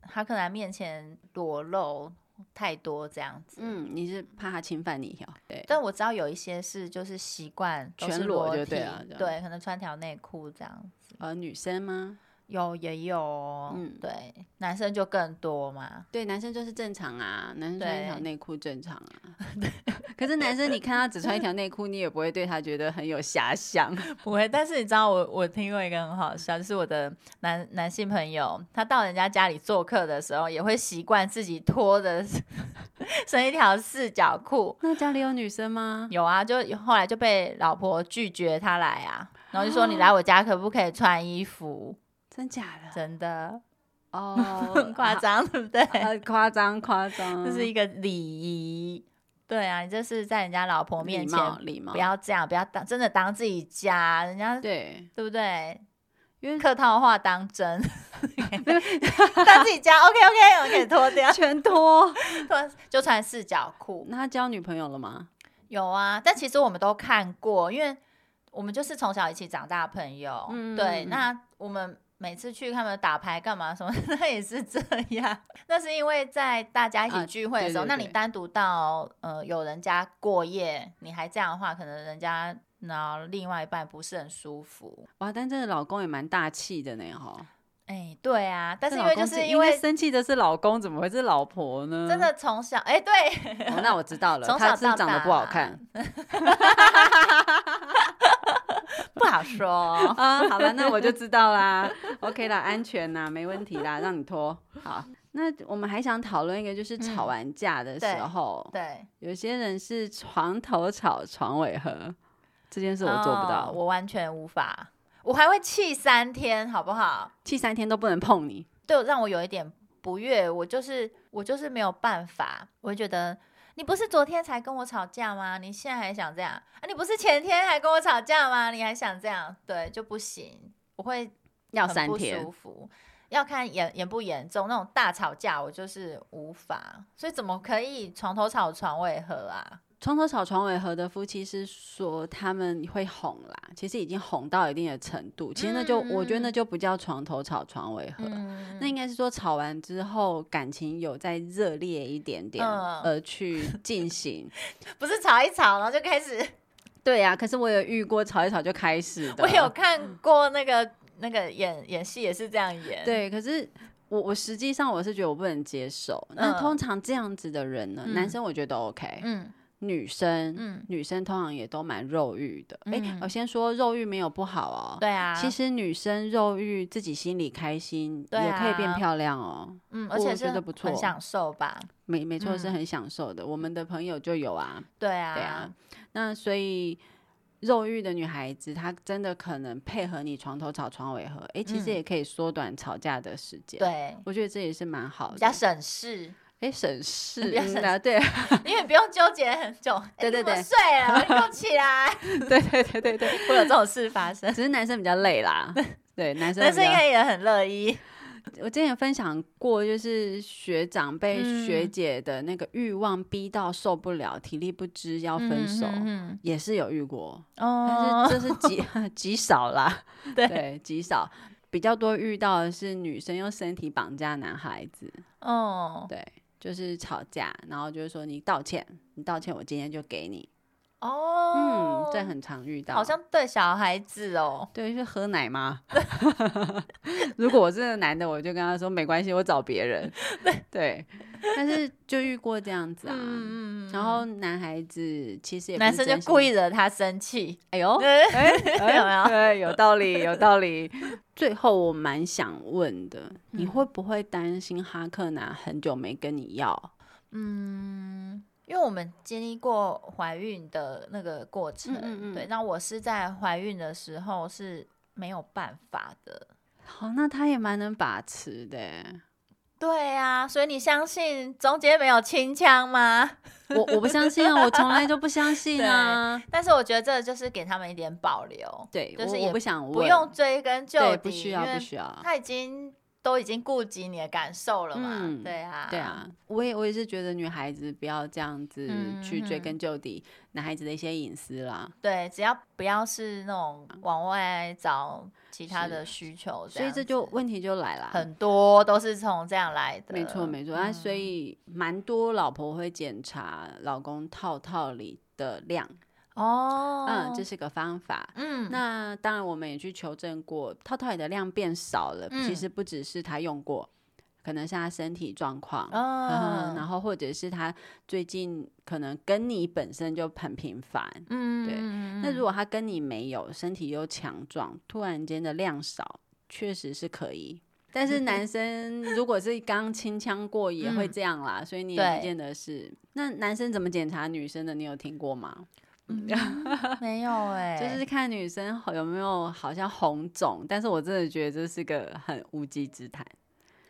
[SPEAKER 2] 哈克南面前裸露太多这样子。
[SPEAKER 1] 嗯，你是怕他侵犯你哦？对，
[SPEAKER 2] 但我知道有一些是就是习惯都是
[SPEAKER 1] 全裸就
[SPEAKER 2] 体
[SPEAKER 1] 对了这样
[SPEAKER 2] 对，可能穿条内裤这样子，
[SPEAKER 1] 呃，女生吗？
[SPEAKER 2] 有也有哦，
[SPEAKER 1] 嗯
[SPEAKER 2] 对，男生就更多嘛，
[SPEAKER 1] 对，男生就是正常啊，男生穿一条
[SPEAKER 2] 对
[SPEAKER 1] 内裤正常
[SPEAKER 2] *laughs*
[SPEAKER 1] 啊。可是男生，你看他只穿一条内裤，你也不会对他觉得很有遐想。 *laughs*
[SPEAKER 2] 不会，但是你知道我，我听过一个很好笑，就是我的男男性朋友，他到人家家里做客的时候，也会习惯自己脱的 *laughs* 剩一条四角裤。
[SPEAKER 1] 那家里有女生吗？
[SPEAKER 2] 有啊，就后来就被老婆拒绝他来啊，然后
[SPEAKER 1] 哦
[SPEAKER 2] 就说你来我家可不可以穿衣服？
[SPEAKER 1] 真假的？*laughs*
[SPEAKER 2] 真的
[SPEAKER 1] 哦
[SPEAKER 2] *laughs* 很夸，张，对不对？ *laughs*
[SPEAKER 1] 啊呃夸张夸张，
[SPEAKER 2] 这是一个礼仪。对啊，你这是在人家老婆面
[SPEAKER 1] 礼
[SPEAKER 2] 前
[SPEAKER 1] 貌礼貌
[SPEAKER 2] 不，要这样，不要当真的当自己家，人家
[SPEAKER 1] 对，
[SPEAKER 2] 对不对？
[SPEAKER 1] 因为
[SPEAKER 2] 客套话当
[SPEAKER 1] *laughs*
[SPEAKER 2] 真， *laughs* 当自己家 OK OK，我可以脱掉，
[SPEAKER 1] 全脱。
[SPEAKER 2] 脱就穿四角裤。
[SPEAKER 1] *laughs* 那他交女朋友了吗？
[SPEAKER 2] 有啊，但其实我们都看过，因为我们就是从小一起长大的朋友。
[SPEAKER 1] 嗯
[SPEAKER 2] 对，
[SPEAKER 1] 嗯嗯
[SPEAKER 2] 那我们每次去他们打牌干嘛什么， *laughs* 那也是这样。那是因为在大家一起
[SPEAKER 1] 啊
[SPEAKER 2] 聚会的
[SPEAKER 1] 对
[SPEAKER 2] 时候，
[SPEAKER 1] 对
[SPEAKER 2] 那你
[SPEAKER 1] 对
[SPEAKER 2] 单独到呃有人家过夜，你还这样的话，可能人家然后另外一半不是很舒服。
[SPEAKER 1] 哇，但这个老公也蛮大气的呢，哈。
[SPEAKER 2] 哎，对啊，但
[SPEAKER 1] 这
[SPEAKER 2] 是因
[SPEAKER 1] 老
[SPEAKER 2] 为
[SPEAKER 1] 公
[SPEAKER 2] 就是因
[SPEAKER 1] 应该
[SPEAKER 2] 为
[SPEAKER 1] 生气的是老公，怎么会是老婆呢？
[SPEAKER 2] 真的从小，哎，对，
[SPEAKER 1] *laughs* 哦，那我知道了，
[SPEAKER 2] 从
[SPEAKER 1] 他
[SPEAKER 2] 小
[SPEAKER 1] 是不是
[SPEAKER 2] 到
[SPEAKER 1] 长得不好看
[SPEAKER 2] 不好说。
[SPEAKER 1] *laughs* 啊。好了，那我就知道啦。OK *laughs* 啦，安全啦，没问题啦，让你
[SPEAKER 2] *laughs*
[SPEAKER 1] 脱。好，那我们还想讨论一个，就是吵
[SPEAKER 2] 嗯
[SPEAKER 1] 完架的时
[SPEAKER 2] 对
[SPEAKER 1] 候，
[SPEAKER 2] 对，
[SPEAKER 1] 有些人是床头吵，床尾和，这件事我做不
[SPEAKER 2] 哦
[SPEAKER 1] 到，
[SPEAKER 2] 我完全无法，我还会气三天，好不好？
[SPEAKER 1] 气三天都不能碰你。
[SPEAKER 2] 对，让我有一点不悦，我就是我就是没有办法，我会觉得你不是昨天才跟我吵架吗？你现在还想这样啊？你不是前天还跟我吵架吗？你还想这样？对，就不行，我会
[SPEAKER 1] *laughs* 要
[SPEAKER 2] 很
[SPEAKER 1] 三
[SPEAKER 2] 不
[SPEAKER 1] 天
[SPEAKER 2] 舒服。要看严严不严重，那种大吵架我就是无法，所以怎么可以床头吵床尾和啊？
[SPEAKER 1] 床头吵床尾和的夫妻是说他们会哄啦，其实已经哄到一定的程度，其实那就、
[SPEAKER 2] 嗯
[SPEAKER 1] 我觉得
[SPEAKER 2] 嗯
[SPEAKER 1] 那就不叫床头吵床尾和，
[SPEAKER 2] 嗯
[SPEAKER 1] 那应该是说吵完之后感情有再热烈一点点，
[SPEAKER 2] 嗯
[SPEAKER 1] 而去进行。
[SPEAKER 2] 不是吵一吵，然后就开始。
[SPEAKER 1] 对啊，可是我有遇过吵一吵就开始的，
[SPEAKER 2] 我有看过那个那个演演戏也是这样演，，
[SPEAKER 1] 对，可是。我我实际上我是觉得我不能接受。那
[SPEAKER 2] 嗯
[SPEAKER 1] 通常这样子的人呢，男
[SPEAKER 2] 嗯
[SPEAKER 1] 生我觉得 OK，、
[SPEAKER 2] 嗯
[SPEAKER 1] 女生、
[SPEAKER 2] 嗯，
[SPEAKER 1] 女生通常也都蛮肉欲的。哎、
[SPEAKER 2] 嗯
[SPEAKER 1] 我先说肉欲没有不好哦，
[SPEAKER 2] 对啊，
[SPEAKER 1] 其实女生肉欲自己心里开心，
[SPEAKER 2] 对
[SPEAKER 1] 也可以变
[SPEAKER 2] 啊
[SPEAKER 1] 漂亮哦。
[SPEAKER 2] 嗯，而
[SPEAKER 1] 我
[SPEAKER 2] 且
[SPEAKER 1] 觉
[SPEAKER 2] 是
[SPEAKER 1] 得不错
[SPEAKER 2] 很享受吧，
[SPEAKER 1] 没没错，是
[SPEAKER 2] 嗯
[SPEAKER 1] 很享受的。我们的朋友就有啊，
[SPEAKER 2] 对
[SPEAKER 1] 对
[SPEAKER 2] 啊，
[SPEAKER 1] 啊。那所以肉欲的女孩子，她真的可能配合你床头吵床尾和，诶，其实
[SPEAKER 2] 嗯
[SPEAKER 1] 也可以缩短吵架的时间。，
[SPEAKER 2] 对，
[SPEAKER 1] 我觉得这也是蛮好
[SPEAKER 2] 比较
[SPEAKER 1] 的。
[SPEAKER 2] 省事，
[SPEAKER 1] 诶，省事，
[SPEAKER 2] 比较
[SPEAKER 1] 嗯
[SPEAKER 2] 省
[SPEAKER 1] 啊 *laughs* 对
[SPEAKER 2] 因为不用纠结很久，哎
[SPEAKER 1] 对对
[SPEAKER 2] 你怎
[SPEAKER 1] 对
[SPEAKER 2] 么睡了，你给我
[SPEAKER 1] *laughs*
[SPEAKER 2] 起来，
[SPEAKER 1] 对对对对对，
[SPEAKER 2] 会有这种事发生，
[SPEAKER 1] 只是男生比较累
[SPEAKER 2] *laughs*
[SPEAKER 1] 啦。对，男生
[SPEAKER 2] 男
[SPEAKER 1] 比
[SPEAKER 2] 生应
[SPEAKER 1] 较
[SPEAKER 2] 该也很乐意，
[SPEAKER 1] 我之前分享过，就是学长被学
[SPEAKER 2] 嗯
[SPEAKER 1] 姐的那个欲望逼到受不了，体力不支要分手，
[SPEAKER 2] 嗯，
[SPEAKER 1] 也是有遇过，
[SPEAKER 2] 嗯嗯
[SPEAKER 1] 但
[SPEAKER 2] 哦，
[SPEAKER 1] 是这是极 *laughs* 极少啦，
[SPEAKER 2] *laughs* 对
[SPEAKER 1] 对，极少。比较多遇到的是女生用身体绑架男孩子，
[SPEAKER 2] 哦，
[SPEAKER 1] 对，就是吵架，然后就是说你道歉，你道歉，我今天就给你，
[SPEAKER 2] 哦
[SPEAKER 1] 嗯，，这很常遇到，
[SPEAKER 2] 好像对小孩子哦，
[SPEAKER 1] 对，是喝奶吗？ *laughs* 如果我是那个男的，我就跟他说没关系，我找别
[SPEAKER 2] *laughs*
[SPEAKER 1] 人。对，但是就遇过这样子啊。
[SPEAKER 2] 嗯嗯嗯，
[SPEAKER 1] 然后男孩子其实也不
[SPEAKER 2] 男
[SPEAKER 1] 是
[SPEAKER 2] 生就
[SPEAKER 1] 真心
[SPEAKER 2] 故意惹他生气，
[SPEAKER 1] 哎呦，
[SPEAKER 2] 对啊
[SPEAKER 1] 哎，
[SPEAKER 2] *laughs* 有没有
[SPEAKER 1] 哎对，有道理，有道
[SPEAKER 2] *laughs*
[SPEAKER 1] 理。最后我蛮想问的，你
[SPEAKER 2] 嗯
[SPEAKER 1] 会不会担心哈克男很久没跟你要？
[SPEAKER 2] 嗯，因为我们经历过怀孕的那个过程，
[SPEAKER 1] 嗯嗯
[SPEAKER 2] 对，
[SPEAKER 1] 嗯
[SPEAKER 2] 那我是在怀孕的时候是没有办法的。
[SPEAKER 1] 好，那他也蛮能把持的欸。
[SPEAKER 2] 对啊，所以你相信中间没有清腔吗？ *laughs*
[SPEAKER 1] 我我不相信啊，我从来就不相信啊。
[SPEAKER 2] 但是我觉得这就是给他们一点保留，
[SPEAKER 1] 对，
[SPEAKER 2] 就是
[SPEAKER 1] 我
[SPEAKER 2] 也
[SPEAKER 1] 我不想问，
[SPEAKER 2] 不用追根究
[SPEAKER 1] 对，
[SPEAKER 2] 底，
[SPEAKER 1] 不需要，
[SPEAKER 2] 因
[SPEAKER 1] 不
[SPEAKER 2] 为
[SPEAKER 1] 需要。
[SPEAKER 2] 他已经都已经顾及你的感受了嘛。
[SPEAKER 1] 嗯
[SPEAKER 2] 对啊，
[SPEAKER 1] 对，啊，我也我也是觉得女孩子不要这样子
[SPEAKER 2] 嗯
[SPEAKER 1] 去追
[SPEAKER 2] 嗯
[SPEAKER 1] 根究底男孩子的一些隐私啦。
[SPEAKER 2] 对，只要不要是那种往外找其他
[SPEAKER 1] 是
[SPEAKER 2] 的需求，
[SPEAKER 1] 所以
[SPEAKER 2] 样
[SPEAKER 1] 这就
[SPEAKER 2] 子
[SPEAKER 1] 问题就来啦。
[SPEAKER 2] 很多都是从这样来的。
[SPEAKER 1] 没错没错，啊，所
[SPEAKER 2] 嗯
[SPEAKER 1] 以蛮多老婆会检查老公套套里的量，
[SPEAKER 2] 哦，
[SPEAKER 1] 嗯，这是个方法。
[SPEAKER 2] 嗯
[SPEAKER 1] 那当然，我们也去求证过，套套里的量变少了，其
[SPEAKER 2] 嗯
[SPEAKER 1] 实不只是他用过，可能是他身体状况，嗯， *laughs* 然
[SPEAKER 2] 哦，
[SPEAKER 1] 后或者是他最近可能跟你本身就很频繁，
[SPEAKER 2] 嗯
[SPEAKER 1] 对
[SPEAKER 2] 嗯
[SPEAKER 1] 那如
[SPEAKER 2] 果
[SPEAKER 1] 果他跟你没有，身体又强壮，突然间的量少，确实是可以。但是男生如果是刚清腔过，也会
[SPEAKER 2] 嗯
[SPEAKER 1] 这样啦，所以你也不
[SPEAKER 2] 对
[SPEAKER 1] 见得是。那男生怎么检查女生的？你有听过吗？
[SPEAKER 2] 没
[SPEAKER 1] *laughs*
[SPEAKER 2] 有哎，
[SPEAKER 1] 嗯就是看女生有没有好像红肿，但是我真的觉得这是个很无稽之谈，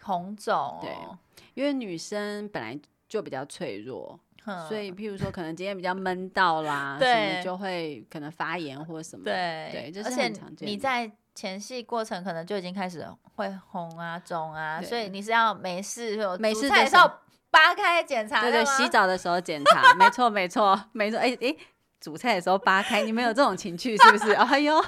[SPEAKER 2] 红肿
[SPEAKER 1] 对
[SPEAKER 2] 哦，
[SPEAKER 1] 因为女生本来就比较脆弱，
[SPEAKER 2] 哼
[SPEAKER 1] 所以譬如说可能今天比较闷到啦，什
[SPEAKER 2] 嗯对
[SPEAKER 1] 么就会可能发炎或什么。
[SPEAKER 2] 对
[SPEAKER 1] 对这
[SPEAKER 2] 而
[SPEAKER 1] 是
[SPEAKER 2] 且
[SPEAKER 1] 很常见
[SPEAKER 2] 你
[SPEAKER 1] 的
[SPEAKER 2] 在前戏过程可能就已经开始会红啊、肿啊，所以
[SPEAKER 1] 对
[SPEAKER 2] 你是要没事有
[SPEAKER 1] 没事
[SPEAKER 2] 菜
[SPEAKER 1] 的
[SPEAKER 2] 的时
[SPEAKER 1] 时候
[SPEAKER 2] 候 *laughs* 扒开检查，
[SPEAKER 1] 对对，
[SPEAKER 2] 吗
[SPEAKER 1] 洗澡的时候检查， *laughs* 没错没错没错。哎哎，煮菜的时候扒开，你们有这种情趣是不
[SPEAKER 2] *laughs*
[SPEAKER 1] 是？哎呦，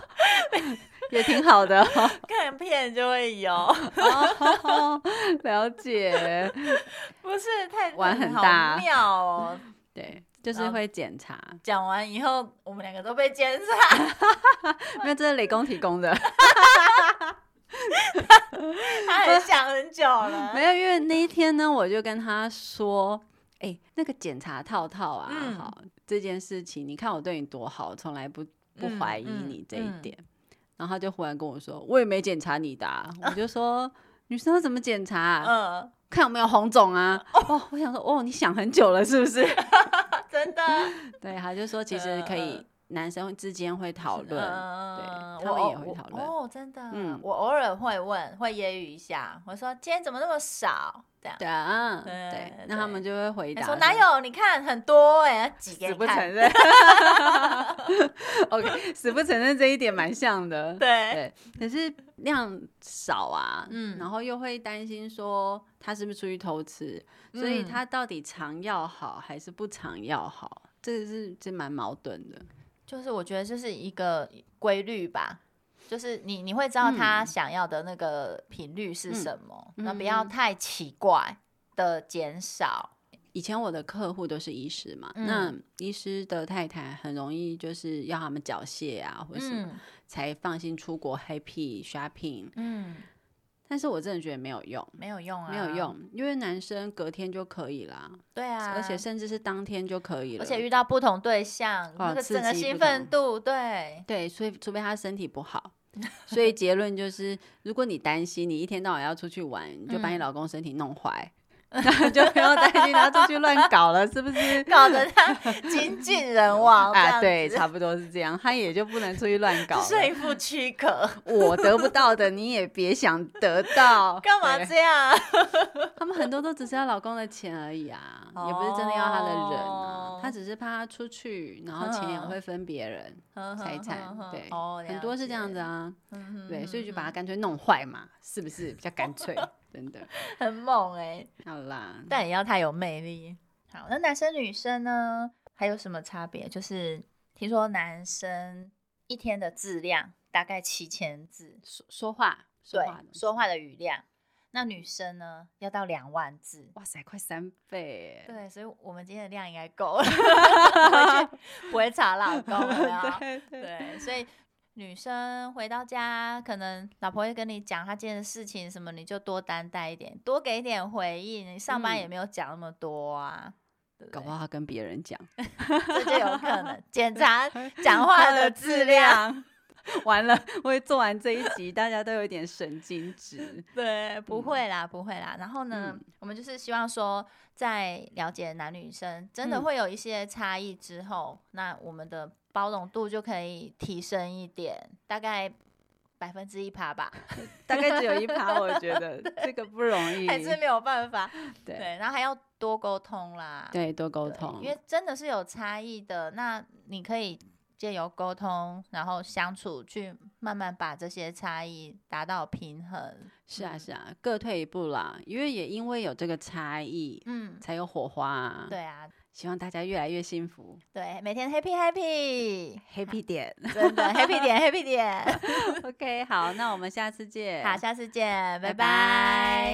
[SPEAKER 1] *laughs* 也挺好的 *laughs* 哦。
[SPEAKER 2] 看片就会有，
[SPEAKER 1] 哦了解，
[SPEAKER 2] 不是
[SPEAKER 1] *laughs*
[SPEAKER 2] 太
[SPEAKER 1] 玩很
[SPEAKER 2] 好
[SPEAKER 1] 大
[SPEAKER 2] 妙
[SPEAKER 1] *laughs*
[SPEAKER 2] 哦。
[SPEAKER 1] 对，就是
[SPEAKER 2] 然后
[SPEAKER 1] 会检查，
[SPEAKER 2] 讲完以后，我们两个都被监察，
[SPEAKER 1] 因为这是雷公提供的。
[SPEAKER 2] 啊他很想很久
[SPEAKER 1] *laughs* *laughs*
[SPEAKER 2] 了。
[SPEAKER 1] 没有，因为那一天呢，我就跟他说：“哎、那个检查套套啊，
[SPEAKER 2] 嗯
[SPEAKER 1] 好这件事情，你看我对你多好，从来不不
[SPEAKER 2] 嗯
[SPEAKER 1] 怀疑
[SPEAKER 2] 嗯
[SPEAKER 1] 你这一
[SPEAKER 2] 嗯
[SPEAKER 1] 点。然后他就忽然跟我说：“我也没检查你的、啊。”我就说：“女生要怎么检查啊、
[SPEAKER 2] 嗯，
[SPEAKER 1] 看有没有红肿啊？”哦，我想说：“哦，你想很久了是不是
[SPEAKER 2] 真的，？”
[SPEAKER 1] *laughs* 对，他就说：“其实可
[SPEAKER 2] 嗯
[SPEAKER 1] 以，男生之间会讨论。
[SPEAKER 2] 嗯
[SPEAKER 1] 对他
[SPEAKER 2] 我
[SPEAKER 1] 们也
[SPEAKER 2] 偶
[SPEAKER 1] 会
[SPEAKER 2] 我
[SPEAKER 1] 讨论
[SPEAKER 2] 哦，真的，
[SPEAKER 1] 嗯
[SPEAKER 2] 我偶尔会问，会揶揄一下，我说今天怎么那么少？这样，
[SPEAKER 1] 对啊，
[SPEAKER 2] 对
[SPEAKER 1] 对，那他们就会回
[SPEAKER 2] 他
[SPEAKER 1] 答
[SPEAKER 2] 说
[SPEAKER 1] 说
[SPEAKER 2] 哪有？你看很多哎，挤给
[SPEAKER 1] 死
[SPEAKER 2] 你
[SPEAKER 1] 不
[SPEAKER 2] 看
[SPEAKER 1] 承，认。OK，死不承认这一点蛮像的。
[SPEAKER 2] 对，
[SPEAKER 1] 对，可是量少啊，
[SPEAKER 2] 嗯
[SPEAKER 1] 嗯，然后又会担心说他是不是出去偷吃，所以
[SPEAKER 2] 嗯
[SPEAKER 1] 他到底常要好还是不常要好，这个是这蛮矛盾的。
[SPEAKER 2] 就是我觉得这是一个规律吧，就是你你会知道他
[SPEAKER 1] 嗯
[SPEAKER 2] 想要的那个频率是
[SPEAKER 1] 嗯
[SPEAKER 2] 什么，那、不要
[SPEAKER 1] 嗯
[SPEAKER 2] 太奇怪的减少。
[SPEAKER 1] 以前我的客户都是医师嘛，
[SPEAKER 2] 嗯
[SPEAKER 1] 那医师的太太很容易就是要他们缴械啊，或什么、
[SPEAKER 2] 嗯
[SPEAKER 1] 才放心出国 happy shopping，
[SPEAKER 2] 嗯，
[SPEAKER 1] 但是我真的觉得没有用。
[SPEAKER 2] 没有用啊，
[SPEAKER 1] 没有，用，因为男生隔天就可以啦，
[SPEAKER 2] 对啊，
[SPEAKER 1] 而且甚至是当天就可以了。
[SPEAKER 2] 而且遇到不同对象，那
[SPEAKER 1] 哦
[SPEAKER 2] 个
[SPEAKER 1] 刺
[SPEAKER 2] 整个
[SPEAKER 1] 激
[SPEAKER 2] 兴
[SPEAKER 1] 不同
[SPEAKER 2] 奋度，对，
[SPEAKER 1] 对，所以除非他身体不
[SPEAKER 2] *laughs*
[SPEAKER 1] 好，所以结论就是，如果你担心你一天到晚要出去玩，你就把你
[SPEAKER 2] 嗯
[SPEAKER 1] 老公身体弄坏， *laughs* 那就不用担心他出去乱搞了，是不是？
[SPEAKER 2] *laughs* 搞得他精
[SPEAKER 1] *laughs*
[SPEAKER 2] 尽人亡哦这样
[SPEAKER 1] 啊，对，
[SPEAKER 2] 子
[SPEAKER 1] 差不多是这样，他也就不能出去乱
[SPEAKER 2] *laughs*
[SPEAKER 1] 搞
[SPEAKER 2] 就是
[SPEAKER 1] 了。
[SPEAKER 2] 一副躯壳，
[SPEAKER 1] 我得不到的，你也别想得到。
[SPEAKER 2] *laughs* 干嘛
[SPEAKER 1] 对
[SPEAKER 2] 这样？
[SPEAKER 1] 他们很多都只是要老公的钱而已啊，也不是真的要他的人啊
[SPEAKER 2] 哦，
[SPEAKER 1] 他只是怕他出去，然后钱也会分别人，财产对
[SPEAKER 2] 哦，
[SPEAKER 1] 很多是这样子
[SPEAKER 2] 啊，
[SPEAKER 1] 啊，
[SPEAKER 2] 嗯
[SPEAKER 1] 对，所以就把
[SPEAKER 2] 嗯
[SPEAKER 1] 他干脆弄坏嘛，是不是比较干脆？真的，
[SPEAKER 2] 嗯很猛哎，
[SPEAKER 1] 好啦，
[SPEAKER 2] 但也要太有魅力。好，那男生女生呢？还有什么差别？就是听说男生一天的字量大概七千字，
[SPEAKER 1] 说说话，
[SPEAKER 2] 对
[SPEAKER 1] 说话，的，
[SPEAKER 2] 说话的语量。那女生呢，要到两万字。
[SPEAKER 1] 哇塞，快三倍耶，
[SPEAKER 2] 对，所以我们今天的量应该够了，
[SPEAKER 1] *laughs*
[SPEAKER 2] 回去不会查老公有没有？
[SPEAKER 1] 对对
[SPEAKER 2] 对，所以女生回到家，可能老婆会跟你讲她今天的事情什么，你就多担待一点，多给一点回应。你上班也
[SPEAKER 1] 嗯
[SPEAKER 2] 没有讲那么多啊，对不
[SPEAKER 1] 搞不
[SPEAKER 2] 对
[SPEAKER 1] 好他跟别人讲
[SPEAKER 2] 这就有可能 *laughs*
[SPEAKER 1] *laughs*
[SPEAKER 2] 检查讲话的质量。。
[SPEAKER 1] 完了，我做完这一集，大家都有点神经质。
[SPEAKER 2] 对，不
[SPEAKER 1] 嗯
[SPEAKER 2] 会啦，不会啦。然后呢，
[SPEAKER 1] 嗯
[SPEAKER 2] 我们就是希望说，在了解男女生真的
[SPEAKER 1] 嗯
[SPEAKER 2] 会有一些差异之后，那我们的包容度就可以提升一点，大概百分之一
[SPEAKER 1] *laughs*
[SPEAKER 2] 趴吧，
[SPEAKER 1] 大概只有一趴，我觉
[SPEAKER 2] *laughs*
[SPEAKER 1] 得这个不容易。
[SPEAKER 2] 还是没有办法。
[SPEAKER 1] 对
[SPEAKER 2] 对，然后还要多沟通啦，
[SPEAKER 1] 对，多沟
[SPEAKER 2] 对，
[SPEAKER 1] 通，
[SPEAKER 2] 因为真的是有差异的。那你可以借由沟通，然后相处，去慢慢把这些差异达到平衡。
[SPEAKER 1] 是啊
[SPEAKER 2] 嗯
[SPEAKER 1] 是啊，各退一步啦。因为也因为有这个差异，
[SPEAKER 2] 嗯，
[SPEAKER 1] 才有火花、啊。，
[SPEAKER 2] 对啊，
[SPEAKER 1] 希望大家越来越幸福
[SPEAKER 2] 对，每天 happy happy，
[SPEAKER 1] ，happy 点。 *laughs*
[SPEAKER 2] 真的 happy *laughs* 点 happy 点。
[SPEAKER 1] OK，好，那我们下次见。
[SPEAKER 2] 好，下次见，拜
[SPEAKER 1] 拜
[SPEAKER 2] 拜。